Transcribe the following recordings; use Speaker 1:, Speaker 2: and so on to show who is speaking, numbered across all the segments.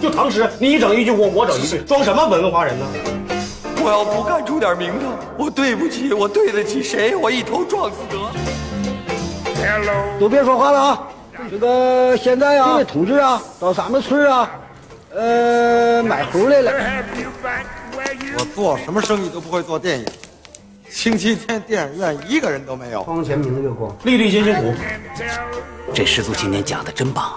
Speaker 1: 就常识，你一整一句，我我整一句，装什么文化人呢？
Speaker 2: 我要不干出点名堂，我对不起，我对得起谁？我一头撞死得了。
Speaker 3: 都别说话了啊！这个现在啊，这位同志啊，到咱们村啊，呃，买猴来了。
Speaker 4: 我做什么生意都不会做电影，星期天电影院一个人都没有。
Speaker 3: 光前明月光，
Speaker 1: 粒粒皆辛苦，
Speaker 5: 这师祖今年讲的真棒啊！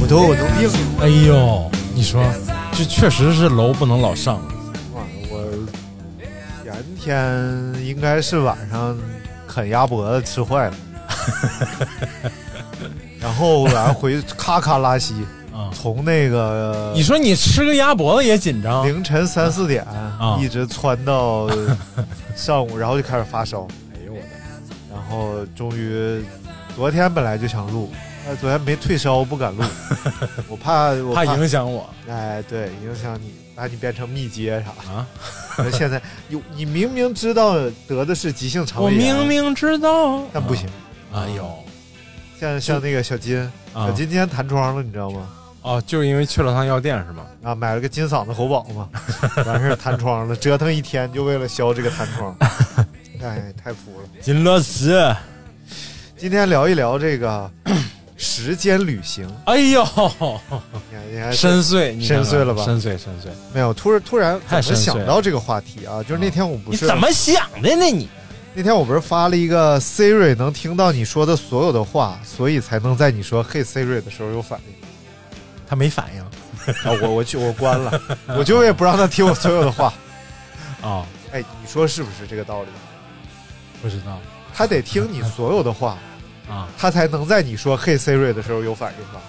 Speaker 6: 我都我都病了。
Speaker 7: 哎呦，你说，这确实是楼不能老上，
Speaker 4: 我前天应该是晚上啃鸭脖子吃 坏了，然后晚上回咔咔拉稀
Speaker 7: 啊，
Speaker 4: 从那个呃
Speaker 7: 你说你吃个鸭脖子也紧张，
Speaker 4: 凌晨三四点
Speaker 7: 啊
Speaker 4: 一直窜到上午，然后就开始发烧。哎呦我的！然后终于昨天本来就想录，但是昨天没退烧，不敢录，我怕我
Speaker 7: 怕影响我
Speaker 4: 哎，对，影响你，把你变成密接啥
Speaker 7: 啊！
Speaker 4: 的。现 在有你明明知道得的是急性肠
Speaker 7: 我
Speaker 4: 胃炎，
Speaker 7: 明明知道，
Speaker 4: 但不行。
Speaker 7: 哎呦，
Speaker 4: 像像那个小金，
Speaker 7: 啊
Speaker 4: 小金今天弹窗了，你知道吗？
Speaker 7: 哦，就是因为去了趟药店是吗？
Speaker 4: 啊，买了个金嗓子喉宝嘛，完事儿弹窗了，折腾一天就为了消这个弹窗，哎，太服了。
Speaker 7: 金乐石，
Speaker 4: 今天聊一聊这个 时间旅行，
Speaker 7: 哎呦，
Speaker 4: 你看，你看，
Speaker 7: 深邃，你看看
Speaker 4: 哎深邃了吧
Speaker 7: 深邃深邃，
Speaker 4: 没有，突然突然
Speaker 7: 太
Speaker 4: 怎么
Speaker 7: 深邃
Speaker 4: 想到这个话题啊？就是那天我不
Speaker 7: 你
Speaker 4: 是
Speaker 7: 怎么想的呢？你
Speaker 4: 那天我不是发了一个 Siri 能听到你说的所有的话，所以才能在你说 “Hey Siri” 的时候有反应。
Speaker 7: 他没反应
Speaker 4: 啊，我我去我关了，我就也不让他听我所有的话。
Speaker 7: 啊？
Speaker 4: 哎，你说是不是这个道理？
Speaker 7: 不知 道
Speaker 4: 他得听你所有的话，
Speaker 7: 啊？
Speaker 4: 他才能在你说 “Hey Siri” 的时候有反应吧？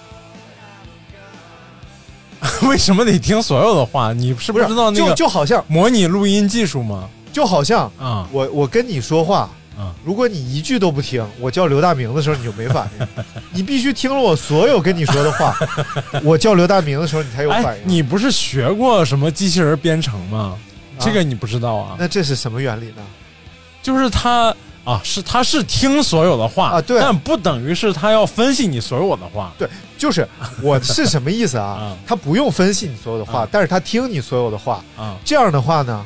Speaker 7: 为什么得听所有的话？你是
Speaker 4: 不
Speaker 7: 知道那
Speaker 4: 就
Speaker 7: 个
Speaker 4: 就好像
Speaker 7: 模拟录音技术吗？
Speaker 4: 就好像
Speaker 7: 啊，
Speaker 4: 我我跟你说话
Speaker 7: 嗯，
Speaker 4: 如果你一句都不听，我叫刘大明的时候你就没反 应，你必须听了我所有跟你说的话，我叫刘大明的时候你才有
Speaker 7: 哎
Speaker 4: 反，应。
Speaker 7: 你不是学过什么机器人编程吗？这个你不知道啊？
Speaker 4: 那这是什么原理呢？
Speaker 7: 就是他啊，是他是听所有的话
Speaker 4: 啊对
Speaker 7: 但不等于是他要分析你所有的话。
Speaker 4: 对， 就是我是什么意思啊
Speaker 7: 啊？
Speaker 4: 他不用分析你所有的话
Speaker 7: 啊，
Speaker 4: 但是他听你所有的话，
Speaker 7: 啊，
Speaker 4: 这样的话呢，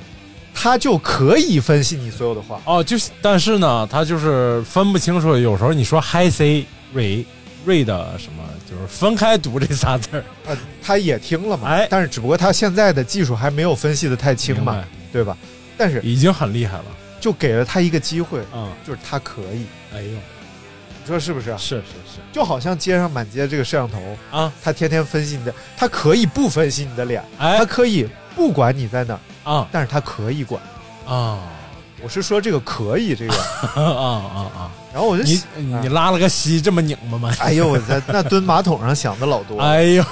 Speaker 4: 他就可以分析你所有的话。
Speaker 7: 哦，就是但是呢，他就是分不清楚，有时候你说 hi c 瑞瑞的什么，就是分开读这仨字儿。
Speaker 4: 呃，他也听了嘛，
Speaker 7: 哎
Speaker 4: 但是只不过他现在的技术还没有分析的太清
Speaker 7: 明
Speaker 4: 嘛
Speaker 7: 白，
Speaker 4: 对吧？但是
Speaker 7: 已经很厉害了
Speaker 4: 就给了他一个机会，
Speaker 7: 啊、
Speaker 4: 就是他可以，
Speaker 7: 哎呦，
Speaker 4: 你说是不是啊？
Speaker 7: 是是是
Speaker 4: 就好像街上满街这个摄像头，
Speaker 7: 啊，
Speaker 4: 他天天分析你的，他可以不分析你的脸，
Speaker 7: 哎
Speaker 4: 他可以不管你在哪儿，
Speaker 7: 啊
Speaker 4: 但是他可以管。
Speaker 7: 啊啊
Speaker 4: 我是说这个可以这个，
Speaker 7: 啊啊啊！
Speaker 4: 然后我就
Speaker 7: 你
Speaker 4: 想啊
Speaker 7: 你拉了个稀，这么拧巴吗？
Speaker 4: 哎呦，我在那蹲马桶上想的老多。
Speaker 7: 哎呦，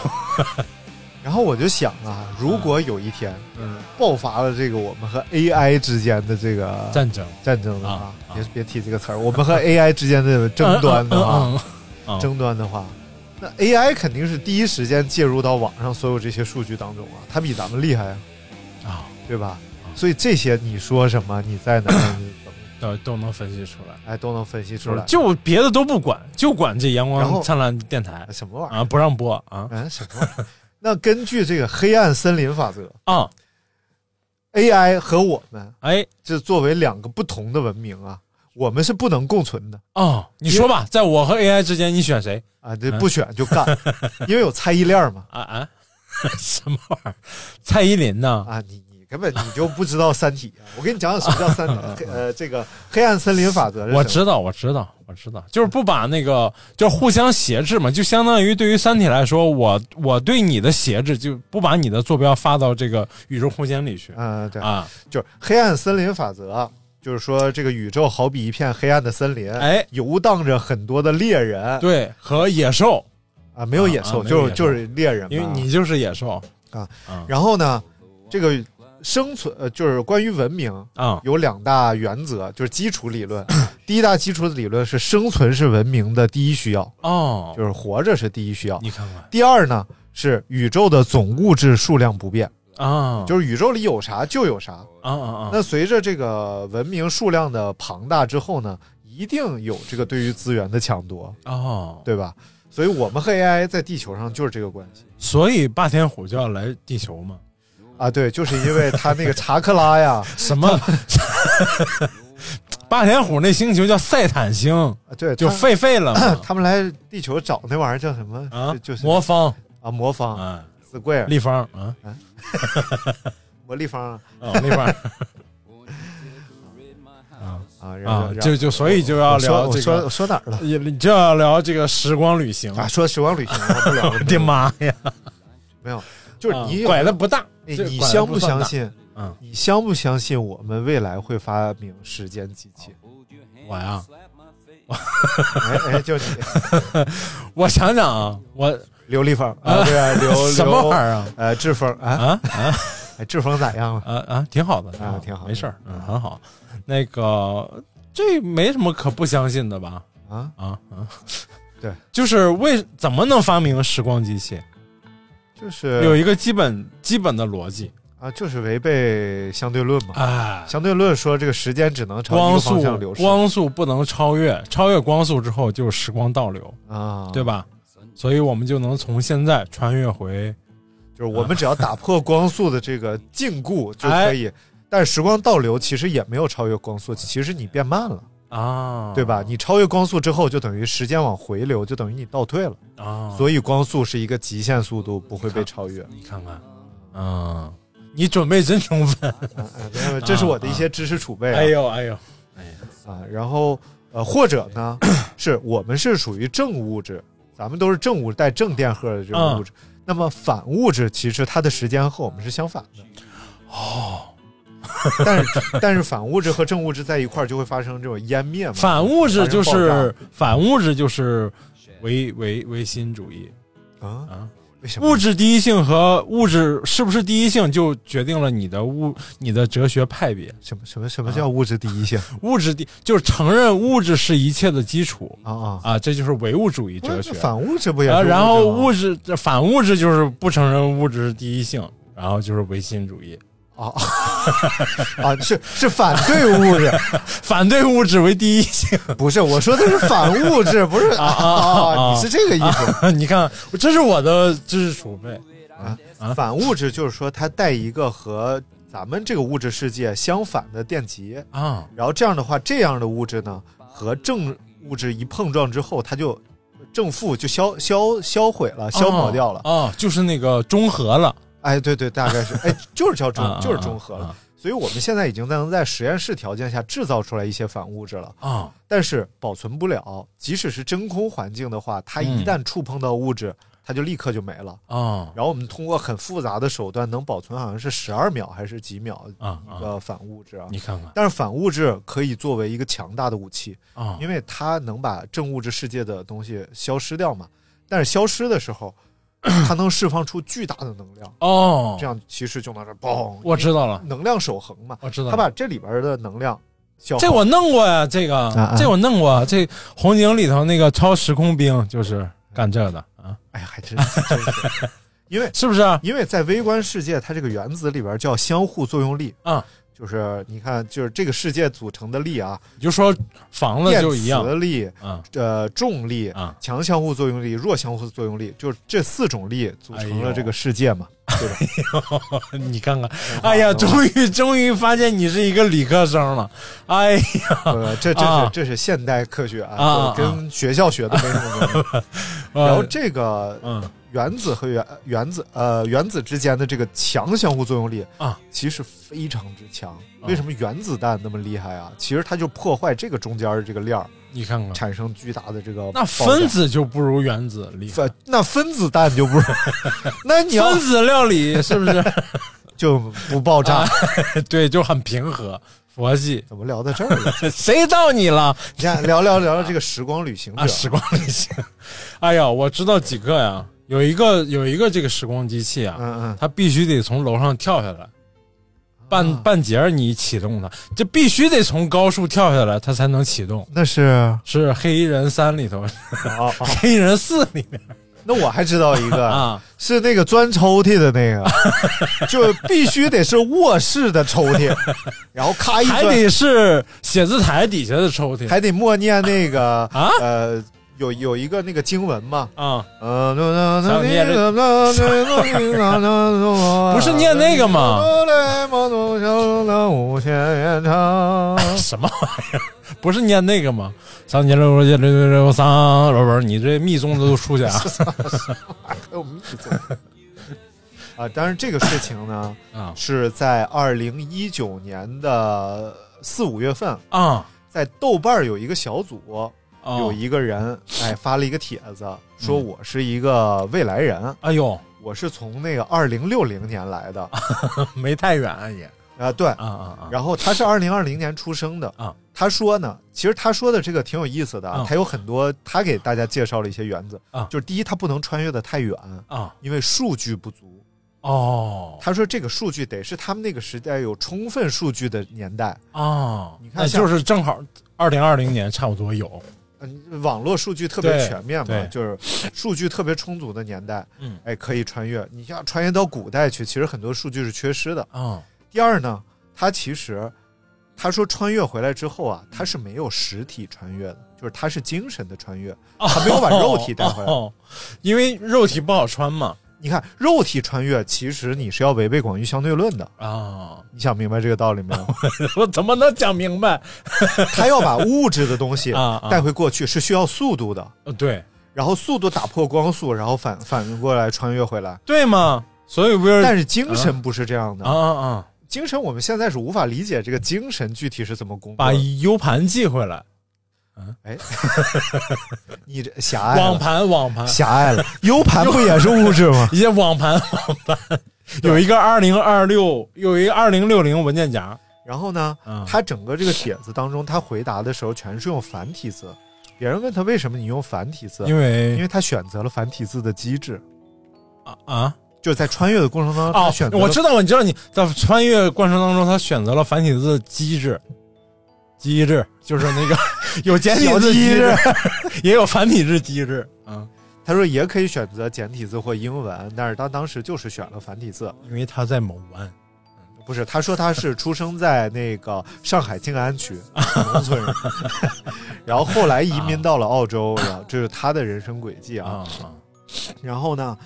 Speaker 4: 然后我就想啊，如果有一天
Speaker 7: 嗯，
Speaker 4: 爆发了这个我们和 AI 之间的这个
Speaker 7: 战争
Speaker 4: 战争的话
Speaker 7: 啊，啊
Speaker 4: 别别提这个词儿，我们和 AI 之间的争端的啊
Speaker 7: 嗯嗯
Speaker 4: 话，
Speaker 7: 嗯嗯
Speaker 4: 争端的话，那 AI 肯定是第一时间介入到网上所有这些数据当中啊，它比咱们厉害啊，
Speaker 7: 啊，
Speaker 4: 对吧？所以这些你说什么，你在哪儿，你 怎么
Speaker 7: 都都能分析出来。
Speaker 4: 哎都能分析出来。
Speaker 7: 就别的都不管，就管这阳
Speaker 4: 然
Speaker 7: 光
Speaker 4: 后呃
Speaker 7: 灿烂电台
Speaker 4: 哎什么玩意儿？
Speaker 7: 啊，不让播啊
Speaker 4: 嗯，什么玩意儿？那根据这个黑暗森林法则
Speaker 7: 啊！
Speaker 4: ，AI 和我们
Speaker 7: 哎
Speaker 4: 这作为两个不同的文明啊，我们是不能共存的
Speaker 7: 哦，你说吧，在我和 AI 之间，你选谁？
Speaker 4: 啊！这不选就 干，因为有猜疑链嘛
Speaker 7: 啊啊， 什么玩意儿？蔡依林呢？
Speaker 4: 啊！你你根本你就不知道《三体》，啊我给你讲讲什么叫《三体》黑 呃，这个黑暗森林法则是什么
Speaker 7: 我知道，我知道，我知道，就是不把那个，就是互相挟制嘛，就相当于对于三体来说，我我对你的挟制，就不把你的坐标发到这个宇宙空间里去
Speaker 4: 嗯、对，
Speaker 7: 啊
Speaker 4: 就是黑暗森林法则啊，就是说这个宇宙好比一片黑暗的森林，
Speaker 7: 哎
Speaker 4: 游荡着很多的猎人，
Speaker 7: 对，和野兽，
Speaker 4: 啊，没有野兽，
Speaker 7: 啊啊没
Speaker 4: 就是
Speaker 7: 有野兽
Speaker 4: 就是猎人嘛，
Speaker 7: 因为你就是野兽
Speaker 4: 啊
Speaker 7: 啊
Speaker 4: 然后呢，这个生存呃，就是关于文明
Speaker 7: 啊
Speaker 4: 有两大原则，就是基础理 论。第一大基础的理论是生存是文明的第一需要，
Speaker 7: 哦，
Speaker 4: 就是活着是第一需要。
Speaker 7: 你看看
Speaker 4: 第二呢是宇宙的总物质数量不变，
Speaker 7: 啊，
Speaker 4: 就是宇宙里有啥就有啥。
Speaker 7: 啊啊啊，
Speaker 4: 那随着这个文明数量的庞大之后呢，一定有这个对于资源的抢夺，
Speaker 7: 哦，
Speaker 4: 对吧？所以我们和 AI 在地球上就是这个关系。
Speaker 7: 所以霸天虎就要来地球嘛？
Speaker 4: 啊，对，就是因为他那个查克拉 呀，
Speaker 7: 什么？ 霸天虎那星球叫赛坦星，
Speaker 4: 啊对，
Speaker 7: 就
Speaker 4: 他
Speaker 7: 废废了嘛
Speaker 4: 他们来地球找那玩意儿叫什么？
Speaker 7: 啊
Speaker 4: 就，就是
Speaker 7: 魔方
Speaker 4: 啊魔方
Speaker 7: 啊，
Speaker 4: square
Speaker 7: 立方啊，
Speaker 4: 魔立方
Speaker 7: 哦，立 方
Speaker 4: 啊，然后
Speaker 7: 啊，就就所以就要聊
Speaker 4: 我
Speaker 7: 这
Speaker 4: 说我说
Speaker 7: 个
Speaker 4: 我，说哪儿了
Speaker 7: 也就要聊这个时光旅行。
Speaker 4: 啊？说时光旅行啊不聊
Speaker 7: 我
Speaker 4: 了，
Speaker 7: 的妈呀！
Speaker 4: 没有，就是你有
Speaker 7: 拐的不大，
Speaker 4: 哎
Speaker 7: 啊这
Speaker 4: 你
Speaker 7: 拐得
Speaker 4: 相不
Speaker 7: 算
Speaker 4: 相
Speaker 7: 大？
Speaker 4: 信？
Speaker 7: 嗯，
Speaker 4: 你相不相信我们未来会发明时间机器？
Speaker 7: 我呀，
Speaker 4: 哎哎，就你
Speaker 7: 我想想啊，我
Speaker 4: 刘立峰啊，对啊，刘
Speaker 7: 什么玩意
Speaker 4: 儿？
Speaker 7: 儿啊？
Speaker 4: 呃，志峰啊，
Speaker 7: 啊啊
Speaker 4: 哎志峰咋样了？
Speaker 7: 啊啊！挺好的
Speaker 4: 啊挺好的
Speaker 7: 没事儿，嗯，很好。那个，这没什么可不相信的吧？
Speaker 4: 啊，
Speaker 7: 啊啊，
Speaker 4: 对，
Speaker 7: 就是为怎么能发明时光机器？
Speaker 4: 就是
Speaker 7: 有一个基本基本的逻辑
Speaker 4: 啊，就是违背相对论嘛。
Speaker 7: 啊，
Speaker 4: 相对论说这个时间只能嗯朝一
Speaker 7: 光
Speaker 4: 个方
Speaker 7: 速
Speaker 4: 向流逝
Speaker 7: 光速不能超越，超越光速之后就是时光倒流，
Speaker 4: 啊，
Speaker 7: 对？吧？所以我们就能从现在穿越回
Speaker 4: 就是我们只要打破光速的这个禁锢就
Speaker 7: 哎
Speaker 4: 可以。但是时光倒流其实也没有超越光速，其实你变慢了，
Speaker 7: 啊，
Speaker 4: 对吧？你超越光速之后，就等于时间往回流，就等于你倒退了。
Speaker 7: 啊，
Speaker 4: 所以光速是一个极限速度，不会被超越。啊
Speaker 7: 你看看，嗯，你准备真充分。
Speaker 4: 啊没有这是我的一些知识储备啊。
Speaker 7: 哎呦哎呦，
Speaker 4: 啊，然后呃，或者呢，是我们是属于正物质，咱们都是正物质带正电荷的这
Speaker 7: 嗯
Speaker 4: 种物质。那么反物质其实它的时间和我们是相反的。哦，但是但是反物质和正物质在一块儿就会发生这种湮灭嘛。
Speaker 7: 反物质就
Speaker 4: 发生
Speaker 7: 是反物质就是唯唯唯心主义
Speaker 4: 爆炸啊，
Speaker 7: 啊，
Speaker 4: 为什么
Speaker 7: 物质第一性和物质是不是第一性就决定了你的物你的哲学派别。
Speaker 4: 什么什么什么叫物质第一性
Speaker 7: 物质第就是承认物质是一切的基础
Speaker 4: 啊啊？
Speaker 7: 啊，这就是唯物主义哲
Speaker 4: 不是
Speaker 7: 学。
Speaker 4: 反物质不也是
Speaker 7: 啊，
Speaker 4: 物质吗？
Speaker 7: 然后物质这反物质就是不承认物质第一性，然后就是唯心主义，
Speaker 4: 啊啊是是反对物质，
Speaker 7: 反对物质为第一性。
Speaker 4: 不是我说的是反物质，不是啊
Speaker 7: 啊
Speaker 4: 你是这个意思。
Speaker 7: 你看，这是我的知识储备。啊
Speaker 4: 反物质就是说它带一个和咱们这个物质世界相反的电极，
Speaker 7: 啊
Speaker 4: 然后这样的话，这样的物质呢和正物质一碰撞之后，它就正负就消消销毁了，消磨掉了。
Speaker 7: 啊、哦就是那个中和了，
Speaker 4: 哎，对对，大概是， 哎，就是叫中
Speaker 7: 啊，
Speaker 4: 就是中和了。
Speaker 7: 啊
Speaker 4: 所以我们现在已经能在实验室条件下制造出来一些反物质了，
Speaker 7: 啊、哦
Speaker 4: 但是保存不了。即使是真空环境的话，它一
Speaker 7: 嗯
Speaker 4: 旦触碰到物质，它就立刻就没了。
Speaker 7: 哦
Speaker 4: 然后我们通过很复杂的手段能保存，好像是十二秒还是几秒
Speaker 7: 啊
Speaker 4: 一个反物质啊。
Speaker 7: 你看看啊
Speaker 4: 但是反物质可以作为一个强大的武器，，
Speaker 7: 哦
Speaker 4: 因为它能把正物质世界的东西消失掉嘛。但是消失的时候，它能释放出巨大的能量，
Speaker 7: 哦，
Speaker 4: 这样其实就能这嘣，
Speaker 7: 我知道了，
Speaker 4: 能量守恒嘛，
Speaker 7: 我知道
Speaker 4: 它
Speaker 7: 了。
Speaker 4: 把这里边的能量消
Speaker 7: 这
Speaker 4: 耗
Speaker 7: 我弄过呀，这个、
Speaker 4: 啊啊
Speaker 7: 这我弄过，这红警里头那个超时空兵就是干这的啊，
Speaker 4: 哎呀，还真真是，因为
Speaker 7: 是不是啊？
Speaker 4: 因为在微观世界，它这个原子里边叫相互作用力
Speaker 7: 啊，
Speaker 4: 就是你看，就是这个世界组成的力啊，
Speaker 7: 你就说房子
Speaker 4: 电
Speaker 7: 就一样
Speaker 4: 磁力、
Speaker 7: 啊
Speaker 4: 呃重力、
Speaker 7: 啊
Speaker 4: 强相互作用力、弱相互作用力，就是这四种力组成
Speaker 7: 哎
Speaker 4: 了
Speaker 7: 呦
Speaker 4: 这个世界 嘛，对吧？
Speaker 7: 你看看，哎呀，终于 终于发现你是一个理科生了，哎呀，
Speaker 4: 呃，这这是、
Speaker 7: 啊
Speaker 4: 这是现代科学啊，
Speaker 7: 啊
Speaker 4: 就是跟学校学的没什么关系。 然后这个
Speaker 7: 嗯
Speaker 4: 原子和原原子呃原子之间的这个强相互作用力
Speaker 7: 啊，
Speaker 4: 其实非常之强。为什么原子弹那么厉害啊？其实它就破坏这个中间儿这个链儿，
Speaker 7: 你看看，
Speaker 4: 产生巨大的这个
Speaker 7: 啊那
Speaker 4: 爆炸
Speaker 7: 分。子就不如原子厉害，
Speaker 4: 分那分子弹就不是， 那你要
Speaker 7: 分子料理是不是？
Speaker 4: 就不爆炸，
Speaker 7: 对，就很平和。佛系，
Speaker 4: 怎么聊到这儿了？
Speaker 7: 谁到你了
Speaker 4: 你看，聊聊聊聊这个时光旅行者，
Speaker 7: 啊？时光旅行， 哎呀，我知道几个呀，有一个有一个这个时光机器啊，
Speaker 4: 嗯啊嗯，
Speaker 7: 它必须得从楼上跳下来，半半截儿你启动它，这必须得从高处跳下来，它才能启动。
Speaker 4: 那是
Speaker 7: 是《黑衣人三》里头，
Speaker 4: 哦哦，
Speaker 7: 黑衣人四》里面
Speaker 4: 那我还知道一个，
Speaker 7: 啊，
Speaker 4: 是那个钻抽屉的那个，就必须得是卧室的抽屉，然后咔一
Speaker 7: 还
Speaker 4: 钻，
Speaker 7: 得是写字台底下的抽屉
Speaker 4: 还得默念那个
Speaker 7: 啊
Speaker 4: 呃，有有一个那个经文嘛，
Speaker 7: 啊，
Speaker 4: 呃，那
Speaker 7: 想念这
Speaker 4: 那
Speaker 7: 不是念那个吗
Speaker 4: 啊无限延长，
Speaker 7: 什么玩意儿？ 不是念那个吗？三千六六六六六三，不是你这密宗的都出去啊？
Speaker 4: 还有密宗。啊，但是这个事情呢，
Speaker 7: 啊
Speaker 4: 是在二零一九年的四五月份，
Speaker 7: 啊！
Speaker 4: 在豆瓣儿有一个小组，
Speaker 7: 哦
Speaker 4: 有一个 人哎发了一个帖子，说
Speaker 7: 嗯
Speaker 4: 我是一个未来人，
Speaker 7: 哎呦，
Speaker 4: 我是从那个二零六零年来的
Speaker 7: 没太远啊也
Speaker 4: 啊，对，
Speaker 7: 啊啊啊！
Speaker 4: 然后他是二零二零年出生的
Speaker 7: 啊。
Speaker 4: 他说呢，其实他说的这个挺有意思的啊
Speaker 7: 嗯，
Speaker 4: 他有很多他给大家介绍了一些原则
Speaker 7: 啊
Speaker 4: 就是第一，他不能穿越的太远，
Speaker 7: 啊
Speaker 4: 因为数据不足。
Speaker 7: 哦
Speaker 4: 他说这个数据得是他们那个时代有充分数据的年代，
Speaker 7: 哦，
Speaker 4: 你看
Speaker 7: 那
Speaker 4: 像
Speaker 7: 就是正好二零二零年差不多有
Speaker 4: 嗯，网络数据特别
Speaker 7: 对
Speaker 4: 全面嘛，
Speaker 7: 对
Speaker 4: 就是数据特别充足的年代，
Speaker 7: 嗯
Speaker 4: 哎，可以穿越。你要穿越到古代去，其实很多数据是缺失的。
Speaker 7: 啊
Speaker 4: 第二呢，他其实他说穿越回来之后
Speaker 7: 嗯
Speaker 4: 啊，他是没有实体穿越的，就是他是精神的穿越。他没有把肉体带回来
Speaker 7: 哦，因为肉体不好穿嘛
Speaker 4: 你看，肉体穿越其实你是要违背广义相对论的，
Speaker 7: 啊！
Speaker 4: 你想明白这个道理没有？
Speaker 7: 我怎么能讲明白？
Speaker 4: 他要把物质的东西
Speaker 7: 啊啊
Speaker 4: 带回过去是需要速度的，
Speaker 7: 呃对
Speaker 4: 然后速度打破光速，然后反反过来穿越回来。
Speaker 7: 对嘛，所以不是
Speaker 4: 但是精神不是这样的，
Speaker 7: 啊啊啊，
Speaker 4: 精神我们现在是无法理解这个精神具体是怎么工作
Speaker 7: 把
Speaker 4: 的。
Speaker 7: U 盘寄回来，
Speaker 4: 哎， 你这狭隘
Speaker 7: 网
Speaker 4: 了，
Speaker 7: 盘网盘
Speaker 4: 狭隘 了，U 盘不也是物质吗？
Speaker 7: 一些网盘网盘，有一个二零二六，有一个二零六零文件夹
Speaker 4: 然后呢，
Speaker 7: 嗯
Speaker 4: 他整个这个帖子当中，他回答的时候全是用繁体字。别人问他为什么你用繁体字，
Speaker 7: 因为
Speaker 4: 因为他选择了繁体字的机制，
Speaker 7: 啊啊
Speaker 4: 就是在穿越的过程当中，他
Speaker 7: 哦
Speaker 4: 选，择了
Speaker 7: 我知道，我知道你在穿越过程当中，他选择了繁体字机制，机制就是那 个有简体字机制
Speaker 4: 小，
Speaker 7: 也有繁体字机制啊，
Speaker 4: 他说也可以选择简体字或英文，但是他当时就是选了繁体字。
Speaker 7: 因为他在某湾
Speaker 4: 不是，他说他是出生在那个上海静安区农村人， 然后后来移民到了澳洲，然后这是他的人生轨迹啊。
Speaker 7: 啊
Speaker 4: 然后呢，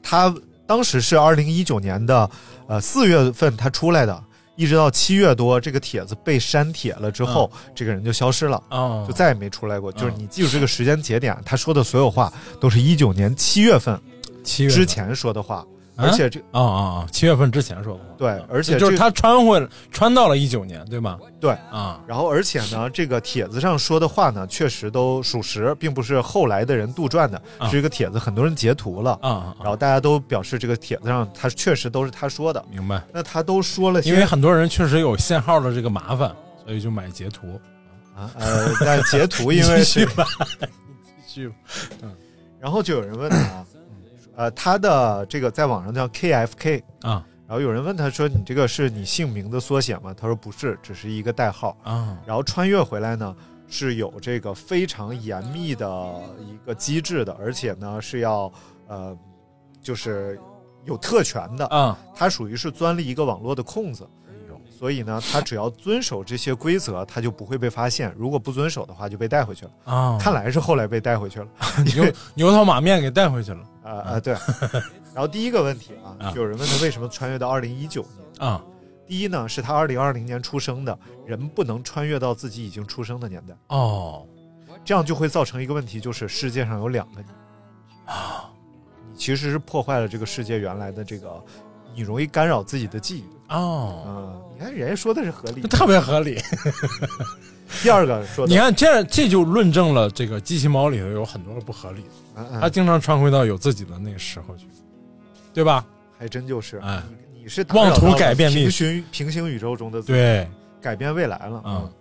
Speaker 4: 他当时是二零一九年的呃四月份他出来的，一直到七月多这个帖子被删帖了之后，
Speaker 7: 嗯
Speaker 4: 这个人就消失了。
Speaker 7: 啊，
Speaker 4: 就再也没出来过，就是你记住这个时间节点，啊他说的所有话都是一九年七月份
Speaker 7: 七月份
Speaker 4: 之前说的话，
Speaker 7: 啊
Speaker 4: 而且这
Speaker 7: 啊啊啊，七月份之前说的话，
Speaker 4: 对
Speaker 7: 啊
Speaker 4: 而且
Speaker 7: 就是
Speaker 4: 这
Speaker 7: 他穿回穿到了一九年，对吧？
Speaker 4: 对
Speaker 7: 啊
Speaker 4: 然后，而且呢，这个帖子上说的话呢，确实都属实，并不是后来的人杜撰的，
Speaker 7: 啊
Speaker 4: 是一个帖子很多人截图了，
Speaker 7: 啊
Speaker 4: 然
Speaker 7: 啊，
Speaker 4: 后大家都表示这个帖子上他确实都是他说的。
Speaker 7: 明白。
Speaker 4: 那他都说了些，
Speaker 7: 因为很多人确实有限号的这个麻烦，所以就买截图。
Speaker 4: 呃，但截图因为
Speaker 7: 继 续吧，继续吧。
Speaker 4: 然后就有人问 他，呃，他的这个在网上叫 KFK，
Speaker 7: 啊
Speaker 4: 然后有人问他说：“你这个是你姓名的缩写吗？”他说：“不是，只是一个代号。”
Speaker 7: 啊
Speaker 4: 然后穿越回来呢是有这个非常严密的一个机制的，而且呢是要呃就是有特权的，
Speaker 7: 啊！
Speaker 4: 它属于是钻了一个网络的空子。所以呢，他只要遵守这些规则，他就不会被发现。如果不遵守的话，就被带回去了。
Speaker 7: 啊，
Speaker 4: 看来是后来被带回去了。
Speaker 7: 牛牛头马面给带回去了
Speaker 4: 啊啊、对。然后第一个问题啊，
Speaker 7: 啊
Speaker 4: 就有人问他为什么穿越到二零一九年。
Speaker 7: 啊！
Speaker 4: 第一呢，是他二零二零年出生的，人不能穿越到自己已经出生的年代。
Speaker 7: 哦，
Speaker 4: 这样就会造成一个问题，就是世界上有两个你啊，你其实是破坏了这个世界原来的这个，你容易干扰自己的记忆啊、
Speaker 7: 哦，
Speaker 4: 你看人家说的是合理
Speaker 7: 这，特别合理。
Speaker 4: 第二个说的，
Speaker 7: 你看，这这就论证了这个机器猫里头有很多不合理，
Speaker 4: 嗯嗯
Speaker 7: 它经常穿回到有自己的那个时候去，对吧？
Speaker 4: 还真就是，
Speaker 7: 哎
Speaker 4: 你你是打
Speaker 7: 妄图
Speaker 4: 扰到了
Speaker 7: 改变历
Speaker 4: 平
Speaker 7: 史
Speaker 4: 行平行宇宙中的自己，
Speaker 7: 对，
Speaker 4: 改变未来了。
Speaker 7: 嗯，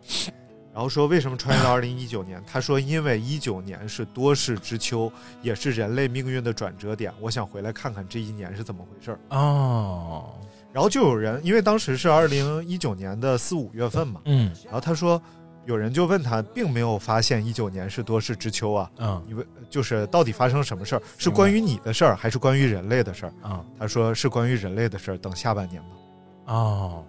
Speaker 4: 然后说为什么穿越到二零一九年？他说因为一九年是多事之秋，也是人类命运的转折点。我想回来看看这一年是怎么回事儿。
Speaker 7: 哦，
Speaker 4: 然后就有人，因为当时是二零一九年的四五月份嘛，
Speaker 7: 嗯
Speaker 4: 然后他说有人就问他，并没有发现一九年是多事之秋啊，
Speaker 7: 嗯
Speaker 4: 因为就是到底发生什么事儿？是关于你的事儿，还是关于人类的事儿？
Speaker 7: 嗯，
Speaker 4: 他说是关于人类的事儿，等下半年吧。
Speaker 7: 哦，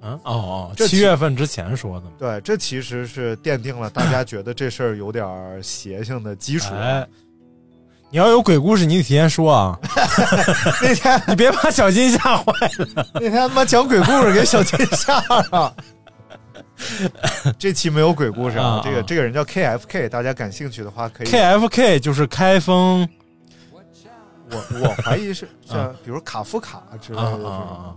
Speaker 7: 嗯哦哦，
Speaker 4: 这
Speaker 7: 七月份之前说的嘛，
Speaker 4: 对，这其实是奠定了大家觉得这事儿有点儿邪性的基础。啊
Speaker 7: 哎，你要有鬼故事，你得提前说啊，
Speaker 4: 那天
Speaker 7: 你别把小金吓坏了。
Speaker 4: 那天他妈讲鬼故事给小金吓 了。这期没有鬼故事啊，
Speaker 7: 啊
Speaker 4: 这个这个人叫 KFK，大家感兴趣的话可以。
Speaker 7: KFK 就是开封
Speaker 4: 我我怀 疑是像比如卡夫卡之类
Speaker 7: 啊
Speaker 4: 的这
Speaker 7: 啊
Speaker 4: 种。
Speaker 7: 啊，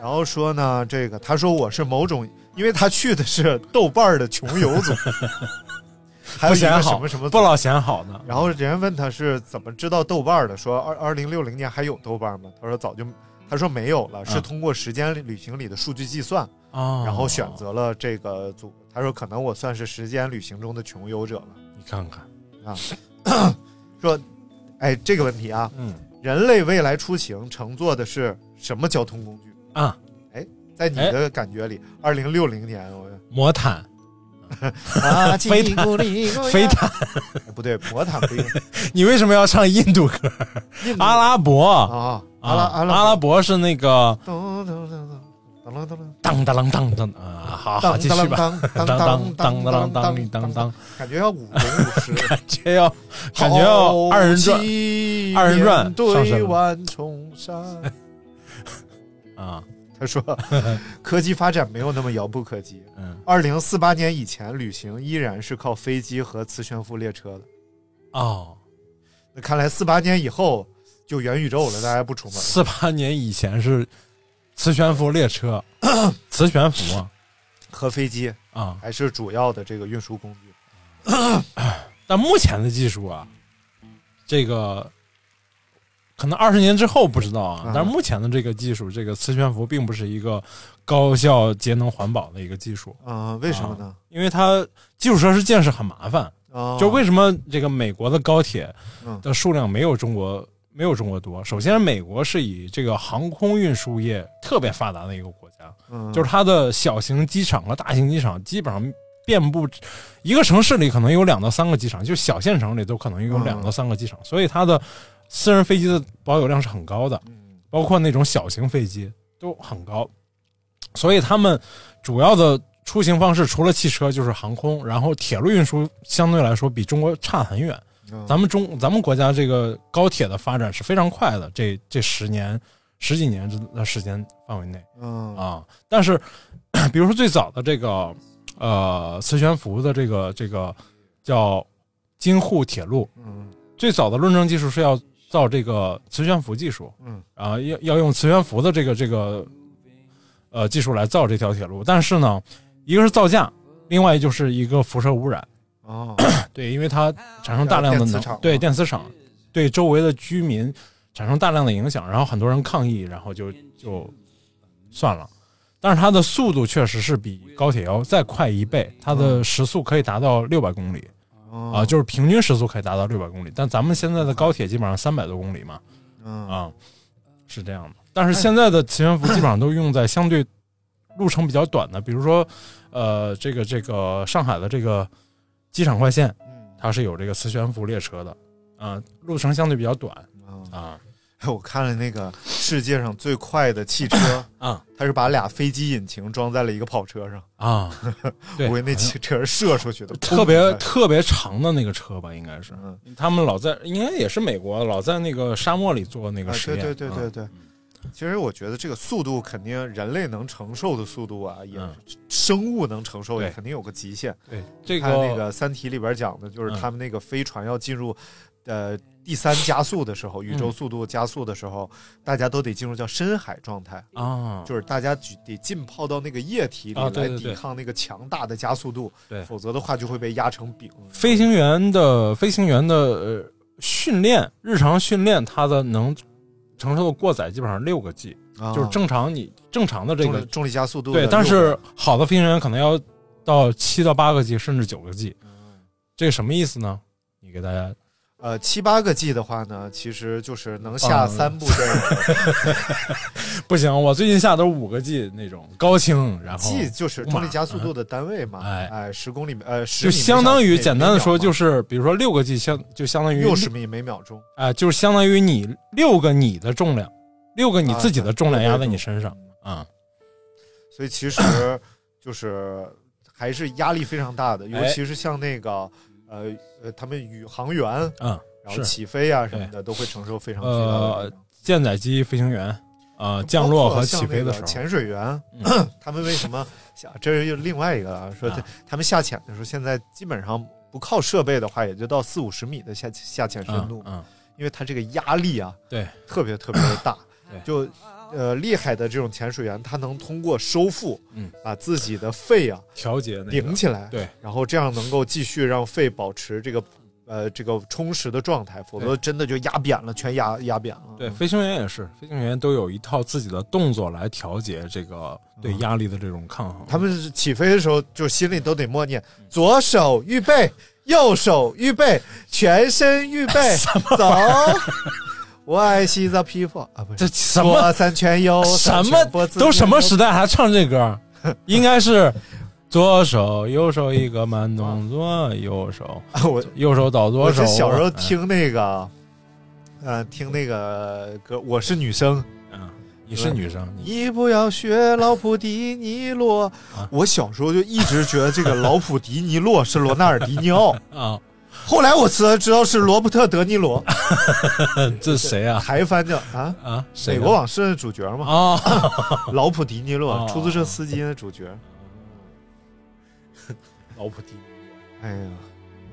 Speaker 4: 然后说呢，这个他说我是某种，因为他去的是豆瓣儿的穷游 组，还有
Speaker 7: 不
Speaker 4: 一个什
Speaker 7: 显好，
Speaker 4: 么什么
Speaker 7: 不老显好的，
Speaker 4: 然后人家问他是怎么知道豆瓣儿的，说二二零六零年还有豆瓣儿吗？他说早就，他说没有了，是通过时间旅行里的数据计算，
Speaker 7: 嗯哦，
Speaker 4: 然后选择了这个组。他说可能我算是时间旅行中的穷游者了。
Speaker 7: 你看看，
Speaker 4: 说，哎，这个问题啊，
Speaker 7: 嗯
Speaker 4: 人类未来出行乘坐的是什么交通工具？
Speaker 7: 啊，
Speaker 4: 在你的感觉里，二零六零年我
Speaker 7: 魔毯
Speaker 4: 啊，
Speaker 7: 飞
Speaker 4: 叽
Speaker 7: 毯
Speaker 4: 咕哩咕呀
Speaker 7: 飞毯，
Speaker 4: 哎不对，魔毯不应
Speaker 7: 你为什么要唱印度歌？
Speaker 4: 印度
Speaker 7: 阿拉伯啊
Speaker 4: 啊，阿
Speaker 7: 阿
Speaker 4: 拉阿
Speaker 7: 阿
Speaker 4: 拉
Speaker 7: 拉伯是那个
Speaker 4: 噔噔噔噔噔噔噔。
Speaker 7: 当当当当啊，好好继续吧，
Speaker 4: 当
Speaker 7: 当
Speaker 4: 当
Speaker 7: 当
Speaker 4: 当当
Speaker 7: 当当
Speaker 4: 当
Speaker 7: 当
Speaker 4: 当
Speaker 7: 当
Speaker 4: 当，，感觉要舞龙舞狮，
Speaker 7: 这要感觉要二人转二人转上身
Speaker 4: 对
Speaker 7: 了
Speaker 4: 万重山。
Speaker 7: 啊，
Speaker 4: 他说，科技发展没有那么遥不可及。
Speaker 7: 嗯
Speaker 4: 二零四八年以前，旅行依然是靠飞机和磁悬浮列车的。
Speaker 7: 哦，
Speaker 4: 那看来四八年以后就元宇宙了，大家不出门。
Speaker 7: 四八年以前是磁悬浮列车， 磁悬浮啊
Speaker 4: 和飞机
Speaker 7: 啊，
Speaker 4: 还是主要的这个运输工具。
Speaker 7: 但目前的技术啊，这个可能二十年之后不知道啊，
Speaker 4: 嗯
Speaker 7: 但是目前的这个技术，这个磁悬浮并不是一个高效、节能、环保的一个技术，
Speaker 4: 嗯，为什么呢？
Speaker 7: 因为它基础设施建设很麻烦。
Speaker 4: 啊，
Speaker 7: 就为什么这个美国的高铁
Speaker 4: 嗯
Speaker 7: 的数量没有中国没有中国多？首先，美国是以这个航空运输业特别发达的一个国家，
Speaker 4: 嗯
Speaker 7: 就是它的小型机场和大型机场基本上遍布一个城市里，可能有两到三个机场，就小县城里都可能有
Speaker 4: 嗯
Speaker 7: 两到三个机场，所以它的私人飞机的保有量是很高的，
Speaker 4: 嗯
Speaker 7: 包括那种小型飞机都很高，所以他们主要的出行方式除了汽车就是航空，然后铁路运输相对来说比中国差很远。
Speaker 4: 嗯
Speaker 7: 咱们中咱们国家这个高铁的发展是非常快的，这这十年十几年之的时间范围内。
Speaker 4: 嗯
Speaker 7: 啊。但是， 比如说最早的这个呃磁悬浮的这个这个叫京沪铁路，
Speaker 4: 嗯
Speaker 7: 最早的论证技术是要造这个磁悬浮技术，
Speaker 4: 嗯
Speaker 7: 啊，要要用磁悬浮的这个这个呃技术来造这条铁路。但是呢，一个是造价，另外就是一个辐射污染，
Speaker 4: 哦，
Speaker 7: 对，因为它产生大量的
Speaker 4: 电磁
Speaker 7: 能
Speaker 4: 场啊
Speaker 7: 对
Speaker 4: 嘛
Speaker 7: 电磁场对周围的居民产生大量的影响，然后很多人抗议，然后就就算了。但是它的速度确实是比高铁要再快一倍，它的时速可以达到六百公里
Speaker 4: 嗯
Speaker 7: 啊，就是平均时速可以达到六百公里。但咱们现在的高铁基本上三百多公里嘛，
Speaker 4: 嗯
Speaker 7: 啊，是这样的。但是现在的磁悬浮基本上都用在相对路程比较短的，比如说，呃，这个这个上海的这个机场快线，
Speaker 4: 嗯
Speaker 7: 它是有这个磁悬浮列车的，啊、路程相对比较短
Speaker 4: 嗯
Speaker 7: 啊
Speaker 4: 哎，我看了那个世界上最快的汽车，
Speaker 7: 啊
Speaker 4: 它是把俩飞机引擎装在了一个跑车上，
Speaker 7: 啊， 对，
Speaker 4: 我以为那汽车是射出去的，
Speaker 7: 特别
Speaker 4: 砰
Speaker 7: 特别长的那个车吧，应该是
Speaker 4: 嗯
Speaker 7: 他们老在，应该也是美国老在那个沙漠里做那个
Speaker 4: 啊，对
Speaker 7: 实验，
Speaker 4: 对对对对。其实我觉得这个速度肯定人类能承受的速度啊，也
Speaker 7: 嗯
Speaker 4: 生物能承受也
Speaker 7: 对
Speaker 4: 肯定有个极限。
Speaker 7: 对啊对，这
Speaker 4: 看那个《三体》里边讲的，就是
Speaker 7: 嗯
Speaker 4: 他们那个飞船要进入呃第三加速的时候，宇宙
Speaker 7: 嗯
Speaker 4: 速度加速的时候，大家都得进入叫深海状态。
Speaker 7: 啊，
Speaker 4: 就是大家举得浸泡到那个液体里
Speaker 7: 啊对
Speaker 4: 来
Speaker 7: 对
Speaker 4: 抵
Speaker 7: 对
Speaker 4: 抗那个强大的加速度，
Speaker 7: 对
Speaker 4: 否则的话就会被压成饼。
Speaker 7: 飞行员的飞行员的呃训练，日常训练，他的能承受的过载基本上六个 G，、
Speaker 4: 啊
Speaker 7: 就是正常你正常的这
Speaker 4: 重
Speaker 7: 个
Speaker 4: 力重力加速度的
Speaker 7: 对，
Speaker 4: 六
Speaker 7: 但是
Speaker 4: 个
Speaker 7: 好的飞行员可能要到七到八个 G 甚至九个 G，
Speaker 4: 嗯
Speaker 7: 这个什么意思呢？你给大家
Speaker 4: 呃七八个 G 的话呢，其实就是能下
Speaker 7: 啊
Speaker 4: 三部电影。
Speaker 7: 不行，我最近下都是五个 G 那种高清，然后
Speaker 4: G 就是重力加速度的单位嘛，
Speaker 7: 哎
Speaker 4: 哎，十公里每呃十
Speaker 7: 就相当于简单的说，就是是比如说六个 G 相就相当于
Speaker 4: 六十米每秒钟。
Speaker 7: 啊、就是相当于你六个你的重量，六个你自己的重量
Speaker 4: 啊对
Speaker 7: 压在你身上啊、
Speaker 4: 所以其 实就是还是压力非常大的，尤
Speaker 7: 哎
Speaker 4: 其是像那个呃呃，他们宇航员
Speaker 7: 嗯，
Speaker 4: 然后
Speaker 7: 是
Speaker 4: 起飞啊什么的，都会承受非常巨大的
Speaker 7: 呃
Speaker 4: 压力。，
Speaker 7: 舰载机飞行员啊、呃降落
Speaker 4: 包括
Speaker 7: 和
Speaker 4: 像
Speaker 7: 起飞的
Speaker 4: 那
Speaker 7: 时
Speaker 4: 个
Speaker 7: 候，
Speaker 4: 潜水员
Speaker 7: 嗯
Speaker 4: 他们为什么下？这是又另外一个啊，说他
Speaker 7: 啊
Speaker 4: 他们下潜的时候，现在基本上不靠设备的话，也就到四五十米的下下潜深度
Speaker 7: 嗯，嗯，
Speaker 4: 因为它这个压力啊，
Speaker 7: 对，
Speaker 4: 特别特别的大
Speaker 7: 对。
Speaker 4: 就呃厉害的这种潜水员，他能通过收腹，
Speaker 7: 嗯，
Speaker 4: 把自己的肺啊
Speaker 7: 调节那个
Speaker 4: 顶起来，
Speaker 7: 对，
Speaker 4: 然后这样能够继续让肺保持这个呃这个充实的状态，否则
Speaker 7: 对
Speaker 4: 真的就压扁了，全压压扁了。
Speaker 7: 对，
Speaker 4: 嗯
Speaker 7: 飞行员也是，飞行员都有一套自己的动作来调节这个对压力的这种抗衡。
Speaker 4: 嗯他们是起飞的时候就心里都得默念：左手预备，右手预备，全身预 备，走。我爱西藏皮肤啊，不
Speaker 7: 这
Speaker 4: 是
Speaker 7: 什么
Speaker 4: 左三圈右
Speaker 7: 什
Speaker 4: 三
Speaker 7: 么
Speaker 4: 圈脖子
Speaker 7: 都什么
Speaker 4: 右
Speaker 7: 时代还唱这歌？应该是左手右手一个慢动作，右手
Speaker 4: 啊我
Speaker 7: 右手
Speaker 4: 啊
Speaker 7: 倒
Speaker 4: 我
Speaker 7: 左手。啊
Speaker 4: 是小时候听那
Speaker 7: 哎
Speaker 4: 个，呃，听那个歌，我是女生。
Speaker 7: 嗯，嗯，你是女生，你
Speaker 4: 你不要学老普迪尼洛
Speaker 7: 啊。
Speaker 4: 我小时候就一直觉得这个老普迪尼洛是罗纳尔迪尼 奥，
Speaker 7: 啊，
Speaker 4: 后来我才知道是罗伯特德尼罗，
Speaker 7: 这谁啊？
Speaker 4: 台翻的啊。
Speaker 7: 啊，谁
Speaker 4: 美
Speaker 7: 啊？
Speaker 4: 国往事的主角嘛，
Speaker 7: 啊？
Speaker 4: 老普迪尼洛
Speaker 7: 哦，
Speaker 4: 出租车司机的主角。
Speaker 7: 老普提。
Speaker 4: 哎呀，